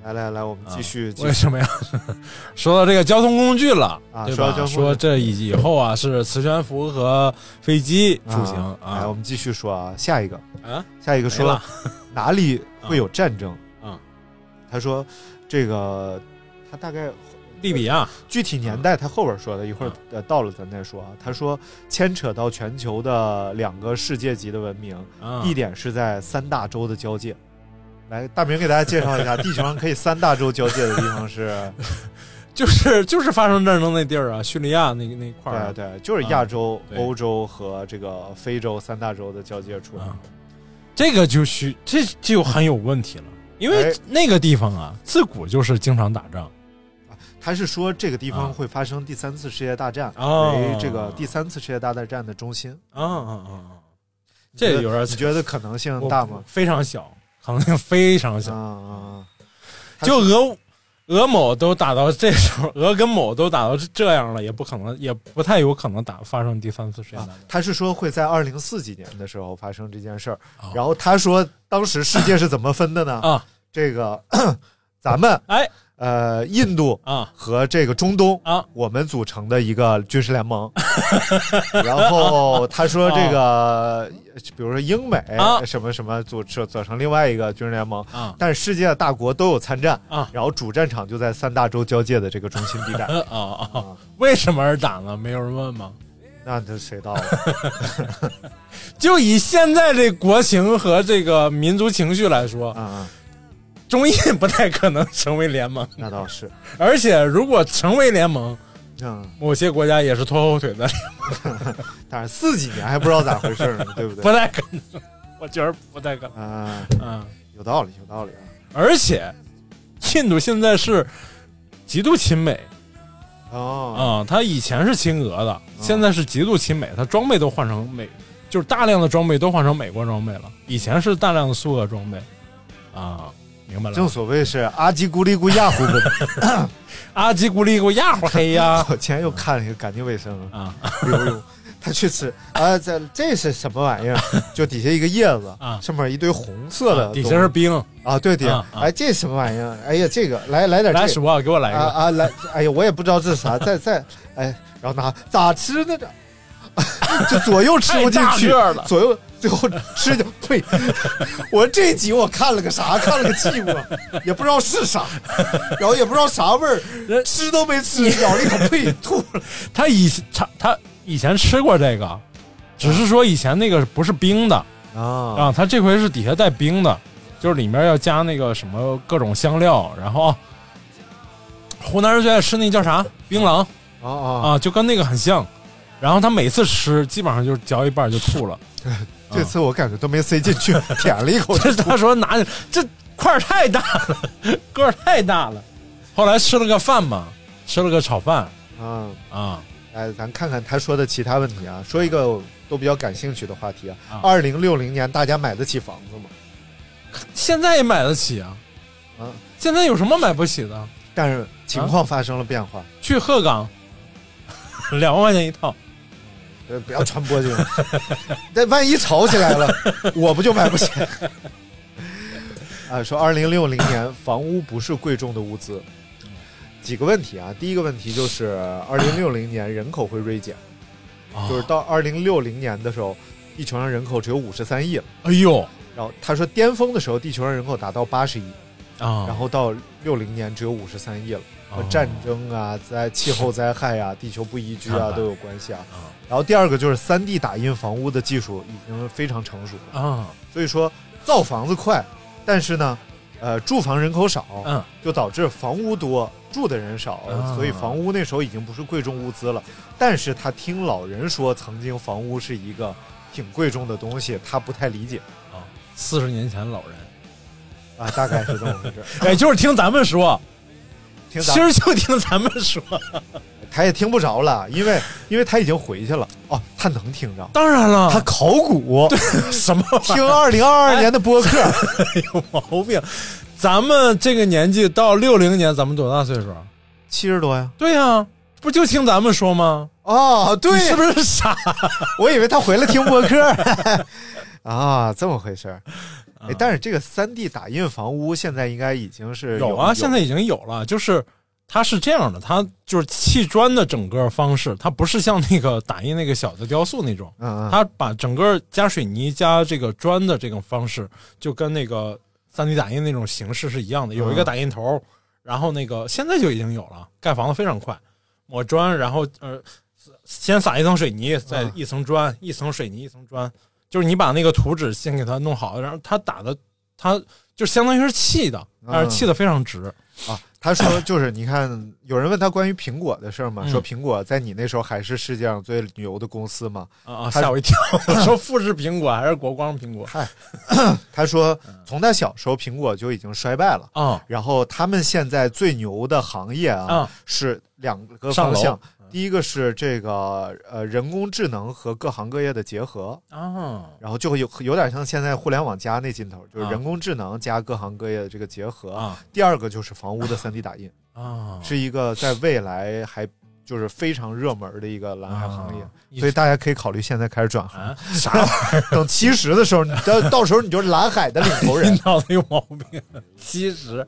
Speaker 4: 来来来，我
Speaker 7: 啊
Speaker 4: 们继续继
Speaker 7: 为
Speaker 4: 续
Speaker 7: 什么呀？ 说到这个交通工具了，
Speaker 4: 啊
Speaker 7: 对
Speaker 4: 说到
Speaker 7: 吧
Speaker 4: 交？通工具
Speaker 7: 说这以以后啊，是磁悬浮和飞机出行
Speaker 4: 来，哎我
Speaker 7: 啊
Speaker 4: 们继续说啊，下一个，
Speaker 7: 啊，
Speaker 4: 下一个
Speaker 7: 没
Speaker 4: 说
Speaker 7: 了
Speaker 4: 哪里会有战争？
Speaker 7: 嗯嗯
Speaker 4: 他说这个，他大概
Speaker 7: 利比亚
Speaker 4: 具体年代，他后边说的，一会
Speaker 7: 嗯
Speaker 4: 儿呃到了咱再说啊。他说牵扯到全球的两个世界级的文明，
Speaker 7: 啊，
Speaker 4: 地点是在三大洲的交界。来，大明给大家介绍一 下，地球上可以三大洲交界的地方是，
Speaker 7: 就是就是发生战争那地儿啊，叙利亚那那块儿
Speaker 4: 对
Speaker 7: 啊
Speaker 4: 对，就是亚洲、
Speaker 7: 对
Speaker 4: 欧洲和这个非洲三大洲的交界处。
Speaker 7: 啊，这个就需这就很有问题了，因为
Speaker 4: 哎
Speaker 7: 那个地方啊，自古就是经常打仗，
Speaker 4: 他是说这个地方
Speaker 7: 啊
Speaker 4: 会发生第三次世界大战，
Speaker 7: 哦
Speaker 4: 为这个第三次世界大战的中心。
Speaker 7: 啊啊啊啊，这有点
Speaker 4: 你觉得可能性大吗？
Speaker 7: 非常小，可能性非常
Speaker 4: 啊
Speaker 7: 小，
Speaker 4: 啊！啊他
Speaker 7: 就俄俄某都打到这时候，俄跟某都打到这样了，也不可能，也不太有可能打发生第三次世界大
Speaker 4: 啊
Speaker 7: 战。，
Speaker 4: 他是说会在二零四几年的时候发生这件事儿
Speaker 7: 啊，
Speaker 4: 然后他说当时世界是怎么分的呢？
Speaker 7: 啊，
Speaker 4: 这个咱们
Speaker 7: 哎
Speaker 4: 呃印度
Speaker 7: 啊
Speaker 4: 和这个中东
Speaker 7: 啊，
Speaker 4: 我们组成的一个军事联盟。 然后他说这个，比如说英美
Speaker 7: 啊
Speaker 4: 什么什么组织组成另外一个军事联盟
Speaker 7: 啊
Speaker 4: 但是世界的大国都有参战
Speaker 7: 啊
Speaker 4: 然后主战场就在三大洲交界的这个中心地带。
Speaker 7: 呃啊啊！为什么而打呢？没有人问吗？
Speaker 4: 那这谁到了？
Speaker 7: 就以现在这国情和这个民族情绪来说，
Speaker 4: 啊啊，
Speaker 7: 中印不太可能成为联盟，
Speaker 4: 那倒是，
Speaker 7: 而且如果成为联盟，
Speaker 4: 嗯。
Speaker 7: 某些国家也是拖后腿的，
Speaker 4: 但是四几年还不知道咋回事呢，对不对？
Speaker 7: 不太可能。我觉得不太可能。
Speaker 4: 啊，
Speaker 7: 嗯，
Speaker 4: 有道理，有道理啊。
Speaker 7: 而且印度现在是极度亲美
Speaker 4: 哦，
Speaker 7: 啊、他以前是亲俄的，现在是极度亲美，他装备都换成美，就是大量的装备都换成美国装备了，以前是大量的苏俄装备啊。明白
Speaker 4: 正
Speaker 7: 了，
Speaker 4: 所谓是阿基咕哩咕亚呼的。
Speaker 7: 阿吉古丽给我压火黑 呀！
Speaker 4: 我前又看了一个干净卫生啊，
Speaker 7: 啊
Speaker 4: 刘墉他去吃啊，这这是什么玩意儿？就底下一个叶子
Speaker 7: 啊
Speaker 4: 上面一堆红色的东西，
Speaker 7: 底下是冰，
Speaker 4: 啊，对底下
Speaker 7: 啊，啊
Speaker 4: 哎，这什么玩意儿？哎呀，这个来来点
Speaker 7: 来
Speaker 4: 这
Speaker 7: 鼠
Speaker 4: 个
Speaker 7: 啊，给我来一
Speaker 4: 啊
Speaker 7: 个
Speaker 4: 啊来，哎呀，我也不知道这是啥，再再哎，然后拿咋吃呢这？ 就左右吃不进
Speaker 7: 太大
Speaker 4: 去
Speaker 7: 个了，
Speaker 4: 左右最后吃就呸！ 我这集我看了个啥？看了个寂寞，也不知道是啥，然后也不知道啥味儿，吃都没吃，咬了一口呸，吐了。
Speaker 7: 他以前他他以前吃过这个，只是说以前那个不是冰的
Speaker 4: 啊
Speaker 7: 啊，他这回是底下带冰的，就是里面要加那个什么各种香料，然后哦湖南人最爱吃那叫啥槟榔
Speaker 4: 啊啊！
Speaker 7: 啊，就跟那个很像。然后他每次吃基本上就是嚼一半就 吐了，
Speaker 4: 这次我感觉都没塞进去，舔了一口
Speaker 7: 这
Speaker 4: 就吐
Speaker 7: 他说拿这块儿太大了， 个儿太大了。后来吃了个饭嘛，吃了个炒饭
Speaker 4: 啊。
Speaker 7: 啊，
Speaker 4: 哎，咱看看他说的其他问题啊，说一个都比较感兴趣的话题啊
Speaker 7: 啊。
Speaker 4: 二零六零年大家买得起房子吗？
Speaker 7: 现在也买得起啊，
Speaker 4: 啊，
Speaker 7: 现在有什么买不起的？
Speaker 4: 但是情况发生了变化，
Speaker 7: 去鹤岗，两万块钱一套，
Speaker 4: 呃，不要传播这种， 那万一吵起来了，我不就买不起？ 啊，说二零六零年房屋不是贵重的物资，几个问题啊。第一个问题就是二零六零年人口会锐减，
Speaker 7: 哦啊
Speaker 4: 就是到二零六零年的时候，地球上人口只有五十三亿了。
Speaker 7: 哎呦
Speaker 4: 然后他说巅峰的时候，地球上人口达到八十亿，
Speaker 7: 啊，
Speaker 4: 然后到六零年只有五十三亿了。和战争啊、灾气候灾害啊、地球不宜居
Speaker 7: 看
Speaker 4: 啊
Speaker 7: 吧
Speaker 4: 都有关系啊
Speaker 7: 啊。
Speaker 4: 然后第二个就是三 D 打印房屋的技术已经非常成熟了，
Speaker 7: 啊，
Speaker 4: 所以说造房子快，但是呢，呃，住房人口少，
Speaker 7: 嗯，
Speaker 4: 就导致房屋多，住的人少，
Speaker 7: 啊
Speaker 4: 所以房屋那时候已经不是贵重物资了。但是他听老人说，曾经房屋是一个挺贵重的东西，他不太理解
Speaker 7: 四十年前老人，
Speaker 4: 啊，大概是这么回事。
Speaker 7: 哎，就是听咱们说，
Speaker 4: 听
Speaker 7: 其
Speaker 4: 咱
Speaker 7: 实就 听咱们说，
Speaker 4: 他也听不着了，因为因为他已经回去了。哦，他能听着。
Speaker 7: 当然了，
Speaker 4: 他考 古，
Speaker 7: 什么玩意儿
Speaker 4: 听二零二
Speaker 7: 哎
Speaker 4: 二年的播客，
Speaker 7: 有毛病？咱们这个年纪到六零年，咱们多大岁数？
Speaker 4: 七十多呀。
Speaker 7: 对呀、不就听咱们说吗？
Speaker 4: 哦，对
Speaker 7: 你是不是傻？
Speaker 4: 我以为他回来听播 客啊，这么回事儿。
Speaker 7: 啊
Speaker 4: 哎，但是这个三 D 打印房屋现在应该已经是
Speaker 7: 有啊，现在已经有了，就是。它是这样的，它就是砌砖的整个方式，它不是像那个打印那个小的雕塑那种，
Speaker 4: 嗯嗯
Speaker 7: 他把整个加水泥加这个砖的这种方式，就跟那个三 D 打印那种形式是一样的，有一
Speaker 4: 嗯
Speaker 7: 个打印头，然后那个现在就已经有了，盖房子非常快，抹砖，然后呃，先撒一层水泥，再
Speaker 4: 啊
Speaker 7: 一层砖，一层水泥，一层砖，就是你把那个图纸先给它弄好，然后它打的，它就相当于是砌的，
Speaker 4: 嗯
Speaker 7: 但是砌的非常直，
Speaker 4: 啊，他说就是你看，有人问他关于苹果的事儿嘛，
Speaker 7: 嗯
Speaker 4: 说苹果在你那时候还是世界上最牛的公司嘛，
Speaker 7: 啊啊，
Speaker 4: 它
Speaker 7: 吓我一 跳，我说富士苹果还是国光苹果
Speaker 4: 他说
Speaker 7: 嗯
Speaker 4: 从他小时候苹果就已经衰败了。
Speaker 7: 啊
Speaker 4: 然后他们现在最牛的行业啊，
Speaker 7: 啊
Speaker 4: 是两个
Speaker 7: 上
Speaker 4: 方
Speaker 7: 楼嗯
Speaker 4: 向，第一个是这个呃人工智能和各行各业的结合，
Speaker 7: 啊
Speaker 4: 然后就会有有点像现在互联网加那劲头，就是
Speaker 7: 啊
Speaker 4: 人工智能加各行各业的这个结合。
Speaker 7: 啊
Speaker 4: 第二个就是房屋的 3D 打 印，
Speaker 7: 啊，
Speaker 4: 是一个在未来还就是非常热门的一个蓝海啊行业。
Speaker 7: 业
Speaker 4: 所以大家可以考虑现在开始转 行，
Speaker 7: 啊啥玩意儿？
Speaker 4: 等七十的时候，你到到时候你就是蓝海的领头人
Speaker 7: 你脑子有毛病。其实，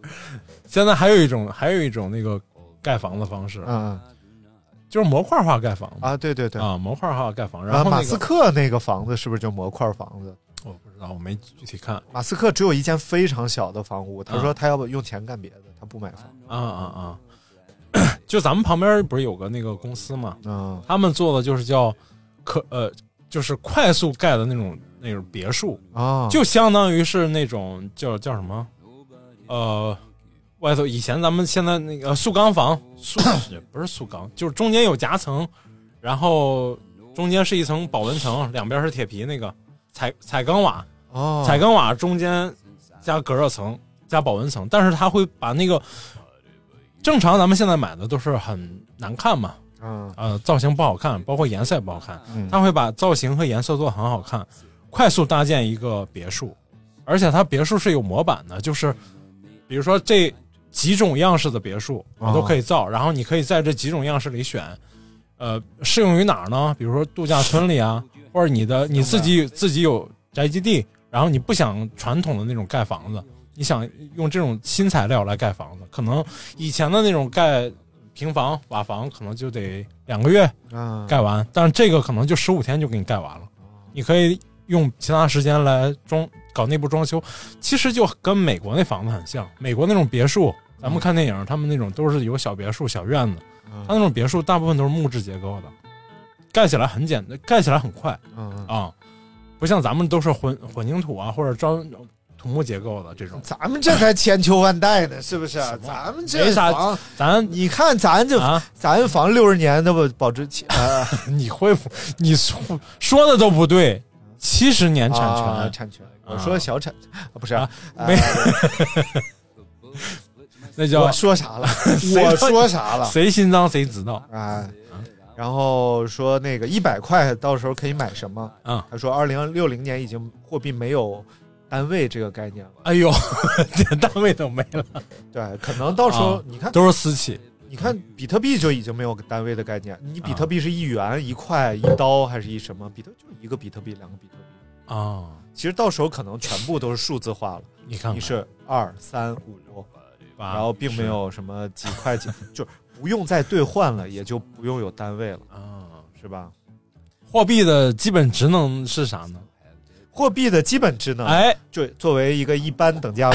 Speaker 7: 现在还有一种，还有一种那个盖房的方式，
Speaker 4: 嗯
Speaker 7: 就是模块化盖房
Speaker 4: 啊，对对对，
Speaker 7: 啊，模块化盖房。然
Speaker 4: 啊，
Speaker 7: 后
Speaker 4: 马
Speaker 7: 那
Speaker 4: 斯
Speaker 7: 个
Speaker 4: 克那个房子是不是就模块房子？
Speaker 7: 我不知道，我没具体看
Speaker 4: 马斯克只有一间非常小的房屋，他
Speaker 7: 嗯
Speaker 4: 说他要不用钱干别的，他不买房。
Speaker 7: 啊啊啊！ 就咱们旁边不是有个那个公司嘛，
Speaker 4: 嗯
Speaker 7: 他们做的就是叫可呃，就是快速盖的那种那种别墅，
Speaker 4: 啊，
Speaker 7: 就相当于是那种叫叫什么，呃，外头以前咱们现在那个塑钢房，塑也不是塑钢，就是中间有夹层，然后中间是一层保温层，两边是铁皮那个彩彩钢瓦，
Speaker 4: 哦，
Speaker 7: 彩钢瓦中间加隔热层加保温层，但是它会把那个正常咱们现在买的都是很难看嘛，
Speaker 4: 嗯
Speaker 7: 呃，造型不好看，包括颜色也不好看，
Speaker 4: 嗯
Speaker 7: 他会把造型和颜色做得很好看，快速搭建一个别墅，而且它别墅是有模板的，就是比如说这几种样式的别墅我都可以造，然后你可以在这几种样式里选，呃，适用于哪儿呢？比如说度假村里啊，或者你的你自己自己有宅基地，然后你不想传统的那种盖房子，你想用这种新材料来盖房子，可能以前的那种盖平房、瓦房可能就得两个月
Speaker 4: 嗯
Speaker 8: 啊，
Speaker 7: 盖完，但是这个可能就十五天就给你盖完了。你可以用其他时间来装搞内部装修，其实就跟美国那房子很像。美国那种别墅，咱们看电影，他们那种都是有小别墅、小院子，
Speaker 8: 嗯
Speaker 7: 他那种别墅大部分都是木质结构的，盖起来很简单，盖起来很快
Speaker 8: 嗯，嗯
Speaker 7: 啊，不像咱们都是混混凝土啊或者砖土木结构的这种。
Speaker 4: 咱们这还千秋万代呢，是不是？咱们这
Speaker 7: 没啥
Speaker 4: 房，
Speaker 7: 咱
Speaker 4: 你看咱
Speaker 8: 嗯
Speaker 4: 这
Speaker 7: 啊，
Speaker 4: 咱房六十年，那不保质期？呃，
Speaker 7: 你会不你说说的都不对，七十年产权、
Speaker 4: 啊产权。我说小产，啊不是
Speaker 7: 啊
Speaker 4: 呃
Speaker 7: 没那叫
Speaker 4: 我说啥了？
Speaker 7: 谁
Speaker 4: 我说啥了？
Speaker 7: 谁心脏谁知道。
Speaker 4: 啊，然后说那个一百块到时候可以买什么？
Speaker 7: 啊，
Speaker 4: 他说二零六零年已经货币没有单位这个概念了，
Speaker 7: 哎呦， 这单位都没 了，
Speaker 4: 对，可能到时候
Speaker 7: 啊
Speaker 4: 你看，
Speaker 7: 都是私企。
Speaker 4: 你看比特币就已经没有单位的概念，你比特币是一元、一块、一刀还是一什么？比特就是一个比特币，两个比特币。
Speaker 7: 啊、
Speaker 4: 其实到时候可能全部都是数字化了，
Speaker 7: 你看看，
Speaker 4: 你是二三五，
Speaker 7: 吧
Speaker 4: 然后并没有什么几块几， 就是不用再兑换了，也就不用有单位了，
Speaker 7: 是啊。
Speaker 4: 是吧？
Speaker 7: 货币的基本职能是啥呢？
Speaker 4: 货币的基本职能，
Speaker 7: 哎，
Speaker 4: 就作为一个一般等 价物，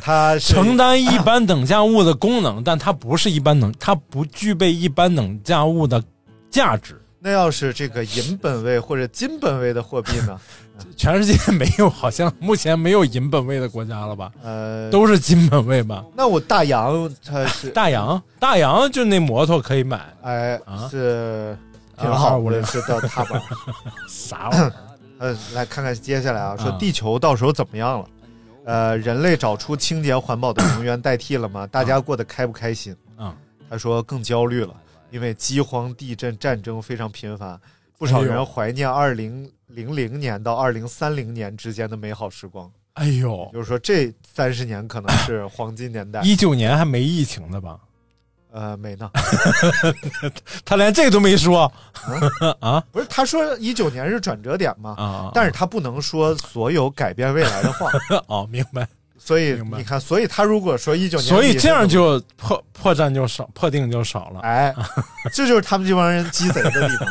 Speaker 4: 它是
Speaker 7: 承担一般等价物的功能，但它不是一般等，它不具备一般等价物的价值。
Speaker 4: 那要是这个银本位或者金本位的货币 呢？
Speaker 7: 全世界没有，好像目前没有银本位的国家了吧？
Speaker 4: 呃，
Speaker 7: 都是金本位吧？
Speaker 4: 那我大洋它是
Speaker 7: 大洋，大洋就那摩托可以买，
Speaker 4: 哎、
Speaker 7: 啊
Speaker 4: 是挺
Speaker 7: 啊
Speaker 4: 好
Speaker 7: 250
Speaker 4: 的，是到踏板。
Speaker 7: 啥玩意儿？
Speaker 4: 呃，来看看接下来啊，说
Speaker 7: 啊
Speaker 4: 地球到时候怎么样了？呃，人类找出清洁环保的能源代替了吗？大家过得开不开心？
Speaker 7: 嗯，
Speaker 4: 他说更焦虑了，因为饥荒、地震、战争非常频繁，不少
Speaker 7: 哎
Speaker 4: 人
Speaker 7: 呦
Speaker 4: 怀念二零零零年到二零三零年之间的美好时光。
Speaker 7: 哎呦，
Speaker 4: 就是说，这三十年可能
Speaker 7: 。
Speaker 4: 是黄金年代
Speaker 7: 一九年还没疫情呢吧？
Speaker 4: 呃，没呢，
Speaker 7: 他连这都没说
Speaker 4: 不是他说一九年是转折点嘛？
Speaker 7: 啊！
Speaker 4: 但是他不能说所有改变未来的话，
Speaker 7: 哦，明白。
Speaker 4: 所以
Speaker 7: 明白
Speaker 4: 你看，所以他如果说一九年，
Speaker 7: 所以这样就破破绽就少，破定就少了。
Speaker 4: 哎， 这就是他们这帮人鸡贼的地方。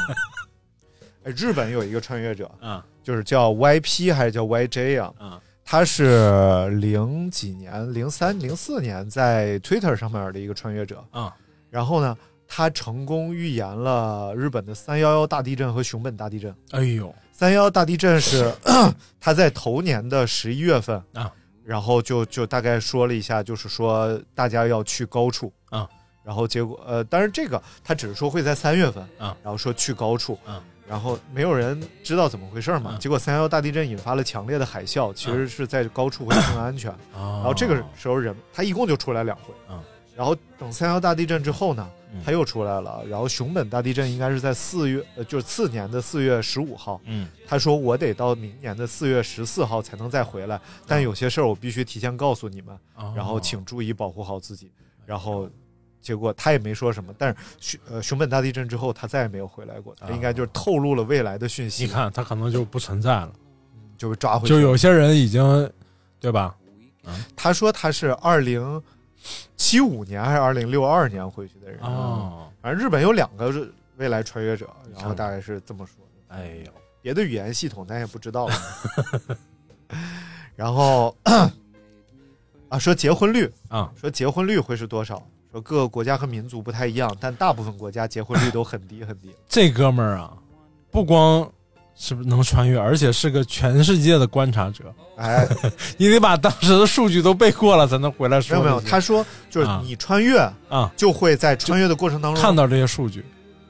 Speaker 4: 哎，日本有一个穿越者，
Speaker 7: 嗯
Speaker 4: 就是叫 YP 还是叫 YJ 啊？
Speaker 7: 嗯
Speaker 4: 他是零几年、零三、零四年在 Twitter 上面的一个穿越者。
Speaker 7: 啊
Speaker 4: 然后呢，他成功预言了日本的三幺幺大地震和熊本大地震。
Speaker 7: 哎呦，
Speaker 4: 三幺大地震是 他在头年的十一月份
Speaker 7: 啊，
Speaker 4: 然后就就大概说了一下，就是说大家要去高处
Speaker 7: 啊，
Speaker 4: 然后结果呃，当然这个他只是说会在三月份
Speaker 7: 啊，
Speaker 4: 然后说去高处
Speaker 7: 啊，
Speaker 4: 然后没有人知道怎么回事嘛
Speaker 7: 啊，
Speaker 4: 结果三幺大地震引发了强烈的海啸，其实是在高处会更安全，
Speaker 7: 然
Speaker 4: 然后这
Speaker 7: 哦
Speaker 4: 个时候人他一共就出来两回
Speaker 7: 啊，
Speaker 4: 然后等三幺大地震之后呢
Speaker 7: 嗯，
Speaker 4: 他又出来了，然后熊本大地震应该是在四月，呃，就是次年的四月十五号。
Speaker 7: 嗯
Speaker 4: 他说我得到明年的四月十四号才能再回来，但有些事儿我必须提前告诉你们，
Speaker 7: 嗯哦哎
Speaker 4: 然后请注意保护好自己。然后，结果他也没说什么，但是熊呃熊本大地震之后他再也没有回来过，他应该就是透露了未来的讯息，
Speaker 7: 啊你看，它可能就不存在了。
Speaker 4: 就被抓回去
Speaker 7: 就
Speaker 4: 了。
Speaker 7: 有些人已经，对吧？
Speaker 4: 他说他是二零七五年还是二零六二年回去的人，
Speaker 7: 哦，
Speaker 4: 反正日本有两个未来穿越者，然
Speaker 7: 看
Speaker 4: 后
Speaker 7: 看
Speaker 4: 大概是这么说的。
Speaker 7: 哎呦，
Speaker 4: 别的语言系统咱也不知道了。 然后 啊，说结婚率
Speaker 7: 啊，
Speaker 4: 说结婚率会是多少？说各个国家和民族不太一样，但大部分国家结婚率都很 低很低。
Speaker 7: 这哥们儿啊，不光是不是能穿越，而且是个全世界的观察者。
Speaker 4: 哎，
Speaker 7: 你得把当时的数据都背过了，才能回来
Speaker 4: 没
Speaker 7: 说
Speaker 4: 有
Speaker 7: 这些。
Speaker 4: 没有，他说就是
Speaker 7: 啊
Speaker 4: 你穿越
Speaker 7: 啊，
Speaker 4: 就会在穿越的过程当中
Speaker 7: 看到这些数据，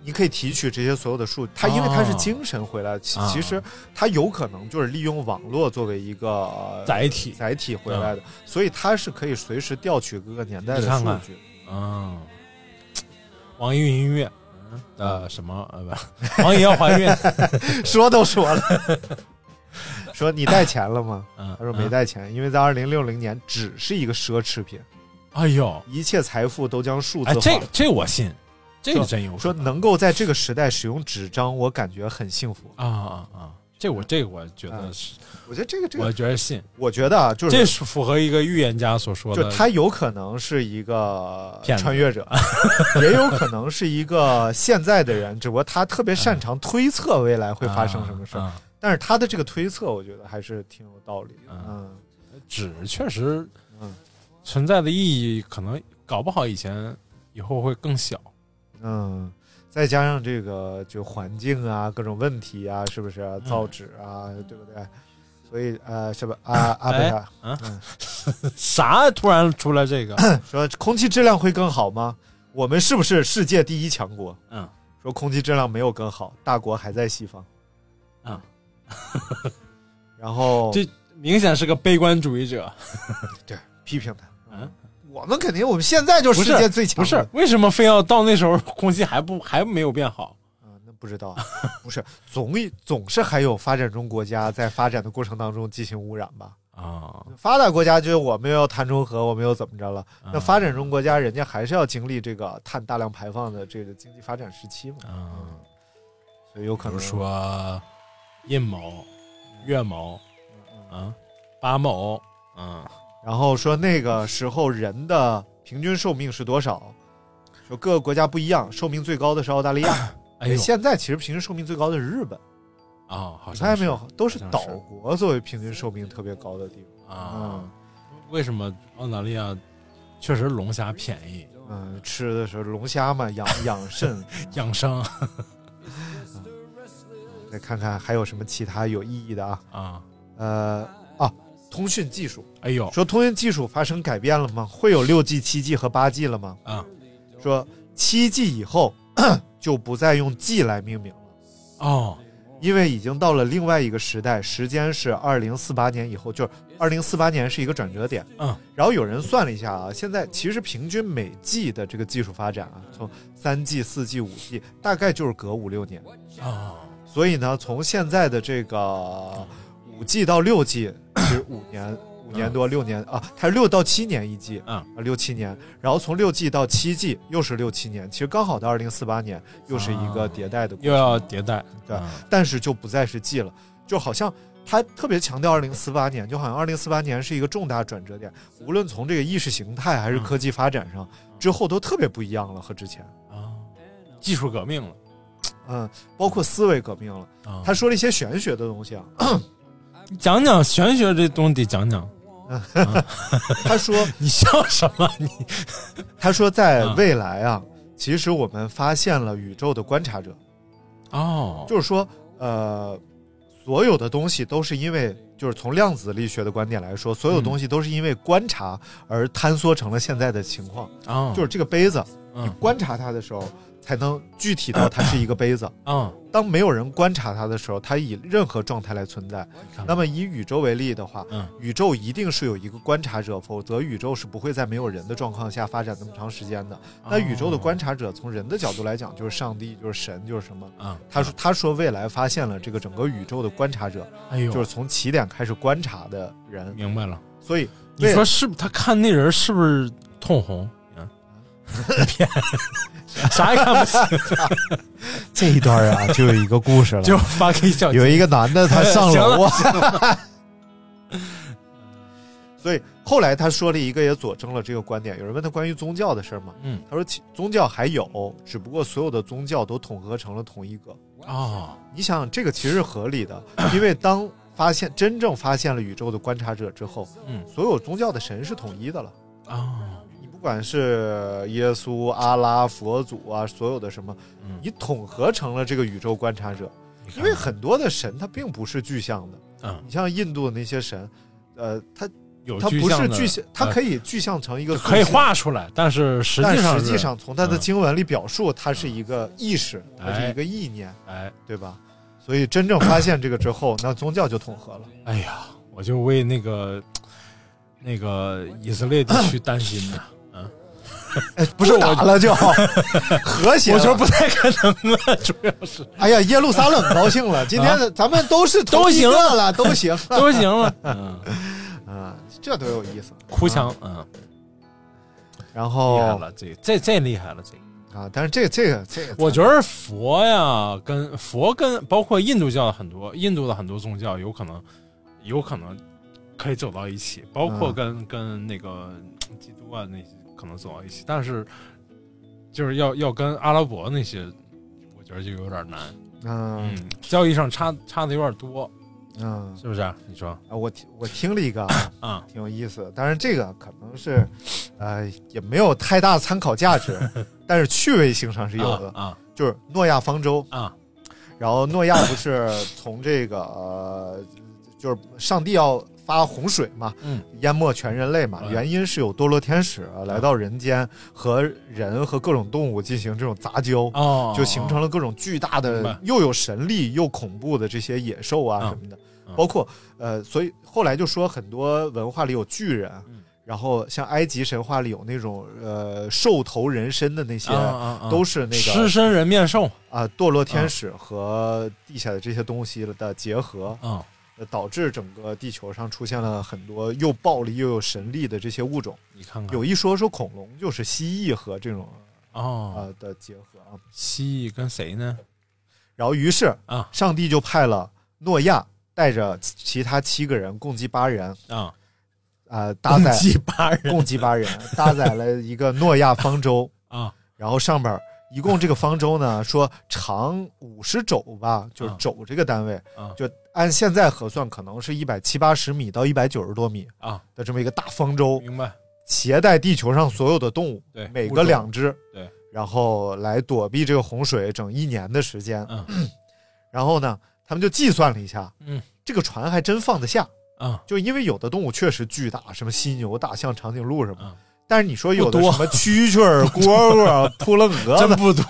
Speaker 4: 你可以提取这些所有的数据，它因为它是精神回来，其
Speaker 7: 哦啊
Speaker 4: 其实它有可能就是利用网络作为一个呃
Speaker 7: 载体嗯
Speaker 4: 载体回来的，所以它是可以随时调取各个年代的
Speaker 7: 你
Speaker 4: 数据。
Speaker 7: 看看嗯，网易云音乐嗯呃什么呃不，网易要怀孕，
Speaker 4: 说都说了， 说你带钱了 吗？
Speaker 7: 嗯，
Speaker 4: 他说没带钱，因为在二零六零年只是一个奢侈品，
Speaker 7: 嗯。哎呦，
Speaker 4: 一切财富都将数字
Speaker 7: 哎
Speaker 4: 化。
Speaker 7: 这这我信，这个真有可
Speaker 4: 说
Speaker 7: 能
Speaker 4: 能够在这个时代使用纸张，我感觉很幸福。
Speaker 7: 啊啊啊！这我这个我觉得是，
Speaker 4: 我觉得嗯这个这个
Speaker 7: 我觉得信，
Speaker 4: 我觉得啊，就是
Speaker 7: 这是符合一个预言家所说的，
Speaker 4: 就他有可能是一个
Speaker 7: 骗子
Speaker 4: 穿越 者，也有可能是一个现在的人，只不过他特别擅长推测未来会发生什么事儿。
Speaker 7: 啊
Speaker 4: 但是他的这个推测，我觉得还是挺有道理
Speaker 7: 啊
Speaker 4: 的。嗯，
Speaker 7: 纸确实
Speaker 4: 嗯
Speaker 7: 存在的意义，可能搞不好以前以后会更小。
Speaker 4: 嗯，再加上这个就环境啊，各种问题啊，是不是啊
Speaker 7: 嗯
Speaker 4: 造纸啊，对不对？所以呃，什么啊阿贝
Speaker 7: 哎
Speaker 4: 尔，
Speaker 7: 啊，啥突然出来这个？
Speaker 4: 说空气质量会更好吗？我们是不是世界第一强国？
Speaker 7: 嗯，
Speaker 4: 说空气质量没有更好，大国还在西方。
Speaker 7: 啊，
Speaker 4: 然后
Speaker 7: 这明显是个悲观主义者。
Speaker 4: 对，批评他。
Speaker 7: 嗯，
Speaker 4: 我们肯定，我们现在就
Speaker 7: 不
Speaker 4: 世
Speaker 7: 是
Speaker 4: 界最强
Speaker 7: 不是
Speaker 4: 了？
Speaker 7: 为什么非要到那时候空气还不 还没有变好？
Speaker 4: 啊那不知道，不是总总是还有发展中国家在发展的过程当中进行污染吧？
Speaker 7: 啊，
Speaker 4: 发达国家就是我们要碳中和，我们又怎么着了？那
Speaker 7: 嗯
Speaker 4: 发展中国家人家还是要经历这个碳大量排放的这个经济发展时期嘛，
Speaker 7: 嗯，
Speaker 4: 所以有
Speaker 7: 比
Speaker 4: 可
Speaker 7: 如
Speaker 4: 能
Speaker 7: 说印某、月某
Speaker 4: 嗯
Speaker 7: 啊、八某，嗯，
Speaker 4: 然后说那个时候人的平均寿命是多少？说各个国家不一样，寿命最高的是澳大利亚。
Speaker 7: 哎呦
Speaker 4: 现在其实平均寿命最高的是日本，
Speaker 7: 啊，好
Speaker 4: 你发
Speaker 7: 像
Speaker 4: 现
Speaker 7: 是
Speaker 4: 没有？都是
Speaker 7: 好像
Speaker 4: 岛国作为平均寿命特别高的地方。
Speaker 7: 啊？
Speaker 4: 嗯
Speaker 7: 为什么澳大利亚确实龙虾便宜
Speaker 4: 嗯，吃的是龙虾嘛，养 养肾。
Speaker 7: 养生
Speaker 4: 再看看还有什么其他有意义的啊？
Speaker 7: 啊？
Speaker 4: 呃，啊，通讯技术，
Speaker 7: 哎呦
Speaker 4: 说通讯技术发生改变了吗？会有六 G、七 G 和八 G 了吗？
Speaker 7: 啊
Speaker 4: 说七 G 以后 就不再用 G 来命名了。
Speaker 7: 哦
Speaker 4: 因为已经到了另外一个时代，时间是二零四八年以后，就是二零四八年是一个转折点。
Speaker 7: 嗯，
Speaker 4: 然后有人算了一下啊，现在其实平均每季的这个技术发展啊，从三 G、四 G、五 G，大概就是隔五六年。
Speaker 7: 啊
Speaker 4: 所以呢，从现在的这个五 G 到六 G，其实五年、五年多、六年啊，它是六到七年一季，
Speaker 7: 嗯
Speaker 4: 啊，六七年。然后从六 G 到七 G 又是六七年，其实刚好到二零四八年又是一
Speaker 7: 啊
Speaker 4: 个迭代的过程。
Speaker 7: 又要迭代
Speaker 4: 对
Speaker 7: 啊
Speaker 4: 但是就不再是 G 了，就好像他特别强调二零四八年，就好像二零四八年是一个重大转折点，无论从这个意识形态还是科技发展上，之后都特别不一样了，和之前，
Speaker 7: 啊，技术革命了
Speaker 4: 嗯，包括思维革命了。
Speaker 7: 啊！
Speaker 4: 他说了一些玄学的东西啊，
Speaker 7: 你讲讲玄学这东西得讲讲，
Speaker 4: 他说
Speaker 7: 你笑什么？你
Speaker 4: 他说在未来啊，其实我们发现了宇宙的观察者，
Speaker 7: 哦，
Speaker 4: 就是说，呃，所有的东西都是因为，就是从量子力学的观点来说，所有东西都是因为观察而坍缩成了现在的情况。
Speaker 7: 啊，
Speaker 4: 就是这个杯子，你
Speaker 7: 嗯
Speaker 4: 观察它的时候，才能具体到它是一个杯 子。
Speaker 7: 嗯
Speaker 4: 当没有人观察它的时候，它以任何状态来存在
Speaker 7: 看。
Speaker 4: 那么以宇宙为例的话，
Speaker 7: 嗯
Speaker 4: 宇宙一定是有一个观察者，否则宇宙是不会在没有人的状况下发展那么长时间的。那宇宙的观察者，从人的角度来讲，就是上帝，就是神，就是什么？
Speaker 7: 啊，
Speaker 4: 他说，他说未来发现了这个整个宇宙的观察者，
Speaker 7: 哎呦，
Speaker 4: 就是从起点开始观察的人。
Speaker 7: 明白了。
Speaker 4: 所以，
Speaker 7: 你说是不？他看那人是不是通红？
Speaker 4: 啊
Speaker 7: 嗯，骗人 啥也看不 清，
Speaker 4: 这一段啊， 就有一个故事了
Speaker 7: 就发给小
Speaker 4: 有一个男的他上
Speaker 7: 行了
Speaker 4: 楼 啊。所以后来他说了一个，也佐证了这个观点。有人问他关于宗教的事儿嘛？
Speaker 7: 嗯，
Speaker 4: 他说其宗教还有，只不过所有的宗教都统合成了同一个。
Speaker 7: 哦，
Speaker 4: 你想，这个其实是合理 的，因为当发现真正发现了宇宙的观察者之后，
Speaker 7: 嗯
Speaker 4: 所有宗教的神是统一的了。
Speaker 7: 哦，
Speaker 4: 你不管是耶稣、阿拉、佛祖啊，所有的什么，
Speaker 7: 嗯
Speaker 4: 你统合成了这个宇宙观察者。
Speaker 7: 你看
Speaker 4: 因为很多的神它并不是具象的，
Speaker 7: 嗯
Speaker 4: 你像印度的那些神，呃，它
Speaker 7: 有
Speaker 4: 它不是具象，它可
Speaker 7: 以
Speaker 4: 以具象成一个
Speaker 7: 哎呃可以
Speaker 4: 塑形，
Speaker 7: 画出来，但是实
Speaker 4: 但
Speaker 7: 际上
Speaker 4: 实
Speaker 7: 是
Speaker 4: 际上从它的
Speaker 7: 嗯
Speaker 4: 经文里表述，它是一个意识，它是
Speaker 7: 哎
Speaker 4: 一个意念，
Speaker 7: 哎
Speaker 4: 对吧？所以真正发现这个之后，那宗教就统合了。
Speaker 7: 哎呀，我就为那个那个以色列地 区担心呢。 嗯，
Speaker 4: 哎，不是
Speaker 7: 我
Speaker 4: 打了就 和谐了
Speaker 7: 我觉得不太可能啊，主要是
Speaker 4: 哎呀，耶路撒冷高兴了，今
Speaker 7: 啊
Speaker 4: 天咱们都是
Speaker 7: 都
Speaker 4: 同一
Speaker 7: 行啊
Speaker 4: 个
Speaker 7: 了
Speaker 4: 了， 都 行了
Speaker 7: 都行了。嗯，
Speaker 4: 啊，这多有意思。
Speaker 7: 哭墙，嗯，
Speaker 4: 然
Speaker 7: 厉害
Speaker 4: 后
Speaker 7: 了，这这这厉害了，这个
Speaker 4: 啊，但是这个这个这个，
Speaker 7: 我觉得佛呀，跟佛跟包括印度教的很多，印度的很多宗教有可能，有可能可以走到一起，包括
Speaker 4: 嗯
Speaker 7: 跟、跟那个基督啊那些可能走到一起，但是就是要要跟阿拉伯那些，我觉得就有点难，
Speaker 4: 嗯
Speaker 7: 嗯，教义上差差的有点多，
Speaker 4: 嗯
Speaker 7: 是不是啊、你说，
Speaker 4: 啊，我听我听了一个，
Speaker 7: 啊，
Speaker 4: 挺有意思的。当然，这个可能是，呃，也没有太大参考价值，但是趣味性上是有的。
Speaker 7: 啊
Speaker 4: 就是诺亚方舟
Speaker 7: 啊，
Speaker 4: 然后诺亚不是从这个呃，就是上帝要发洪水嘛，
Speaker 7: 嗯
Speaker 4: 淹没全人类嘛，原因是有堕落天使啊来到人间和人和各种动物进行这种杂交。
Speaker 7: 哦，
Speaker 4: 就形成了各种巨大
Speaker 7: 明
Speaker 4: 的
Speaker 7: 白，
Speaker 4: 又有神力又恐怖的这些野兽啊
Speaker 7: 嗯
Speaker 4: 什么的，
Speaker 7: 嗯
Speaker 4: 包括呃，所以后来就说很多文化里有巨人，
Speaker 7: 嗯
Speaker 4: 然后像埃及神话里有那种呃兽头人身的那些，
Speaker 7: 啊啊啊
Speaker 4: 都是那
Speaker 7: 狮
Speaker 4: 个
Speaker 7: 身嗯人面兽，
Speaker 4: 啊堕落天使和地下的这些东西的结合，
Speaker 7: 嗯
Speaker 4: 呃导致整个地球上出现了很多又暴力又有神力的这些物种。
Speaker 7: 你看看
Speaker 4: 有一说说恐龙就是蜥蜴和这种
Speaker 7: 哦，
Speaker 4: 呃的结合啊，
Speaker 7: 蜥蜴跟谁呢？
Speaker 4: 然后于是
Speaker 7: 啊
Speaker 4: 上帝就派了诺亚带着其他七个人，共计八人，
Speaker 7: 啊，
Speaker 4: 呃，搭载
Speaker 7: 鸡巴人
Speaker 4: 共计八人，搭载了一个诺亚方 舟，
Speaker 7: 啊
Speaker 4: 然后上边儿一共这个方舟呢，说长五十肘吧，就是
Speaker 7: 啊
Speaker 4: 肘这个单位，
Speaker 7: 啊
Speaker 4: 就按现在核算，可能是一百七八十米到一百九十多米
Speaker 7: 啊，
Speaker 4: 的这么一个大方舟，
Speaker 7: 明白。
Speaker 4: 携带地球上所有的动物，
Speaker 7: 对
Speaker 4: 每
Speaker 7: 物
Speaker 4: 个
Speaker 7: 种
Speaker 4: 两只，
Speaker 7: 对，
Speaker 4: 然后来躲避这个洪水，整一年的时间。
Speaker 7: 嗯
Speaker 4: 然后呢，他们就计算了一下，
Speaker 7: 嗯，
Speaker 4: 这个船还真放得下，
Speaker 7: 啊
Speaker 4: 就因为有的动物确实巨大，什么犀牛、大象、长颈鹿什么。
Speaker 7: 嗯
Speaker 4: 但是你说有
Speaker 7: 不
Speaker 4: 的
Speaker 7: 多
Speaker 4: 什么蛐蛐儿、蝈蝈、扑棱蛾
Speaker 7: 真
Speaker 4: 子，
Speaker 7: 不多。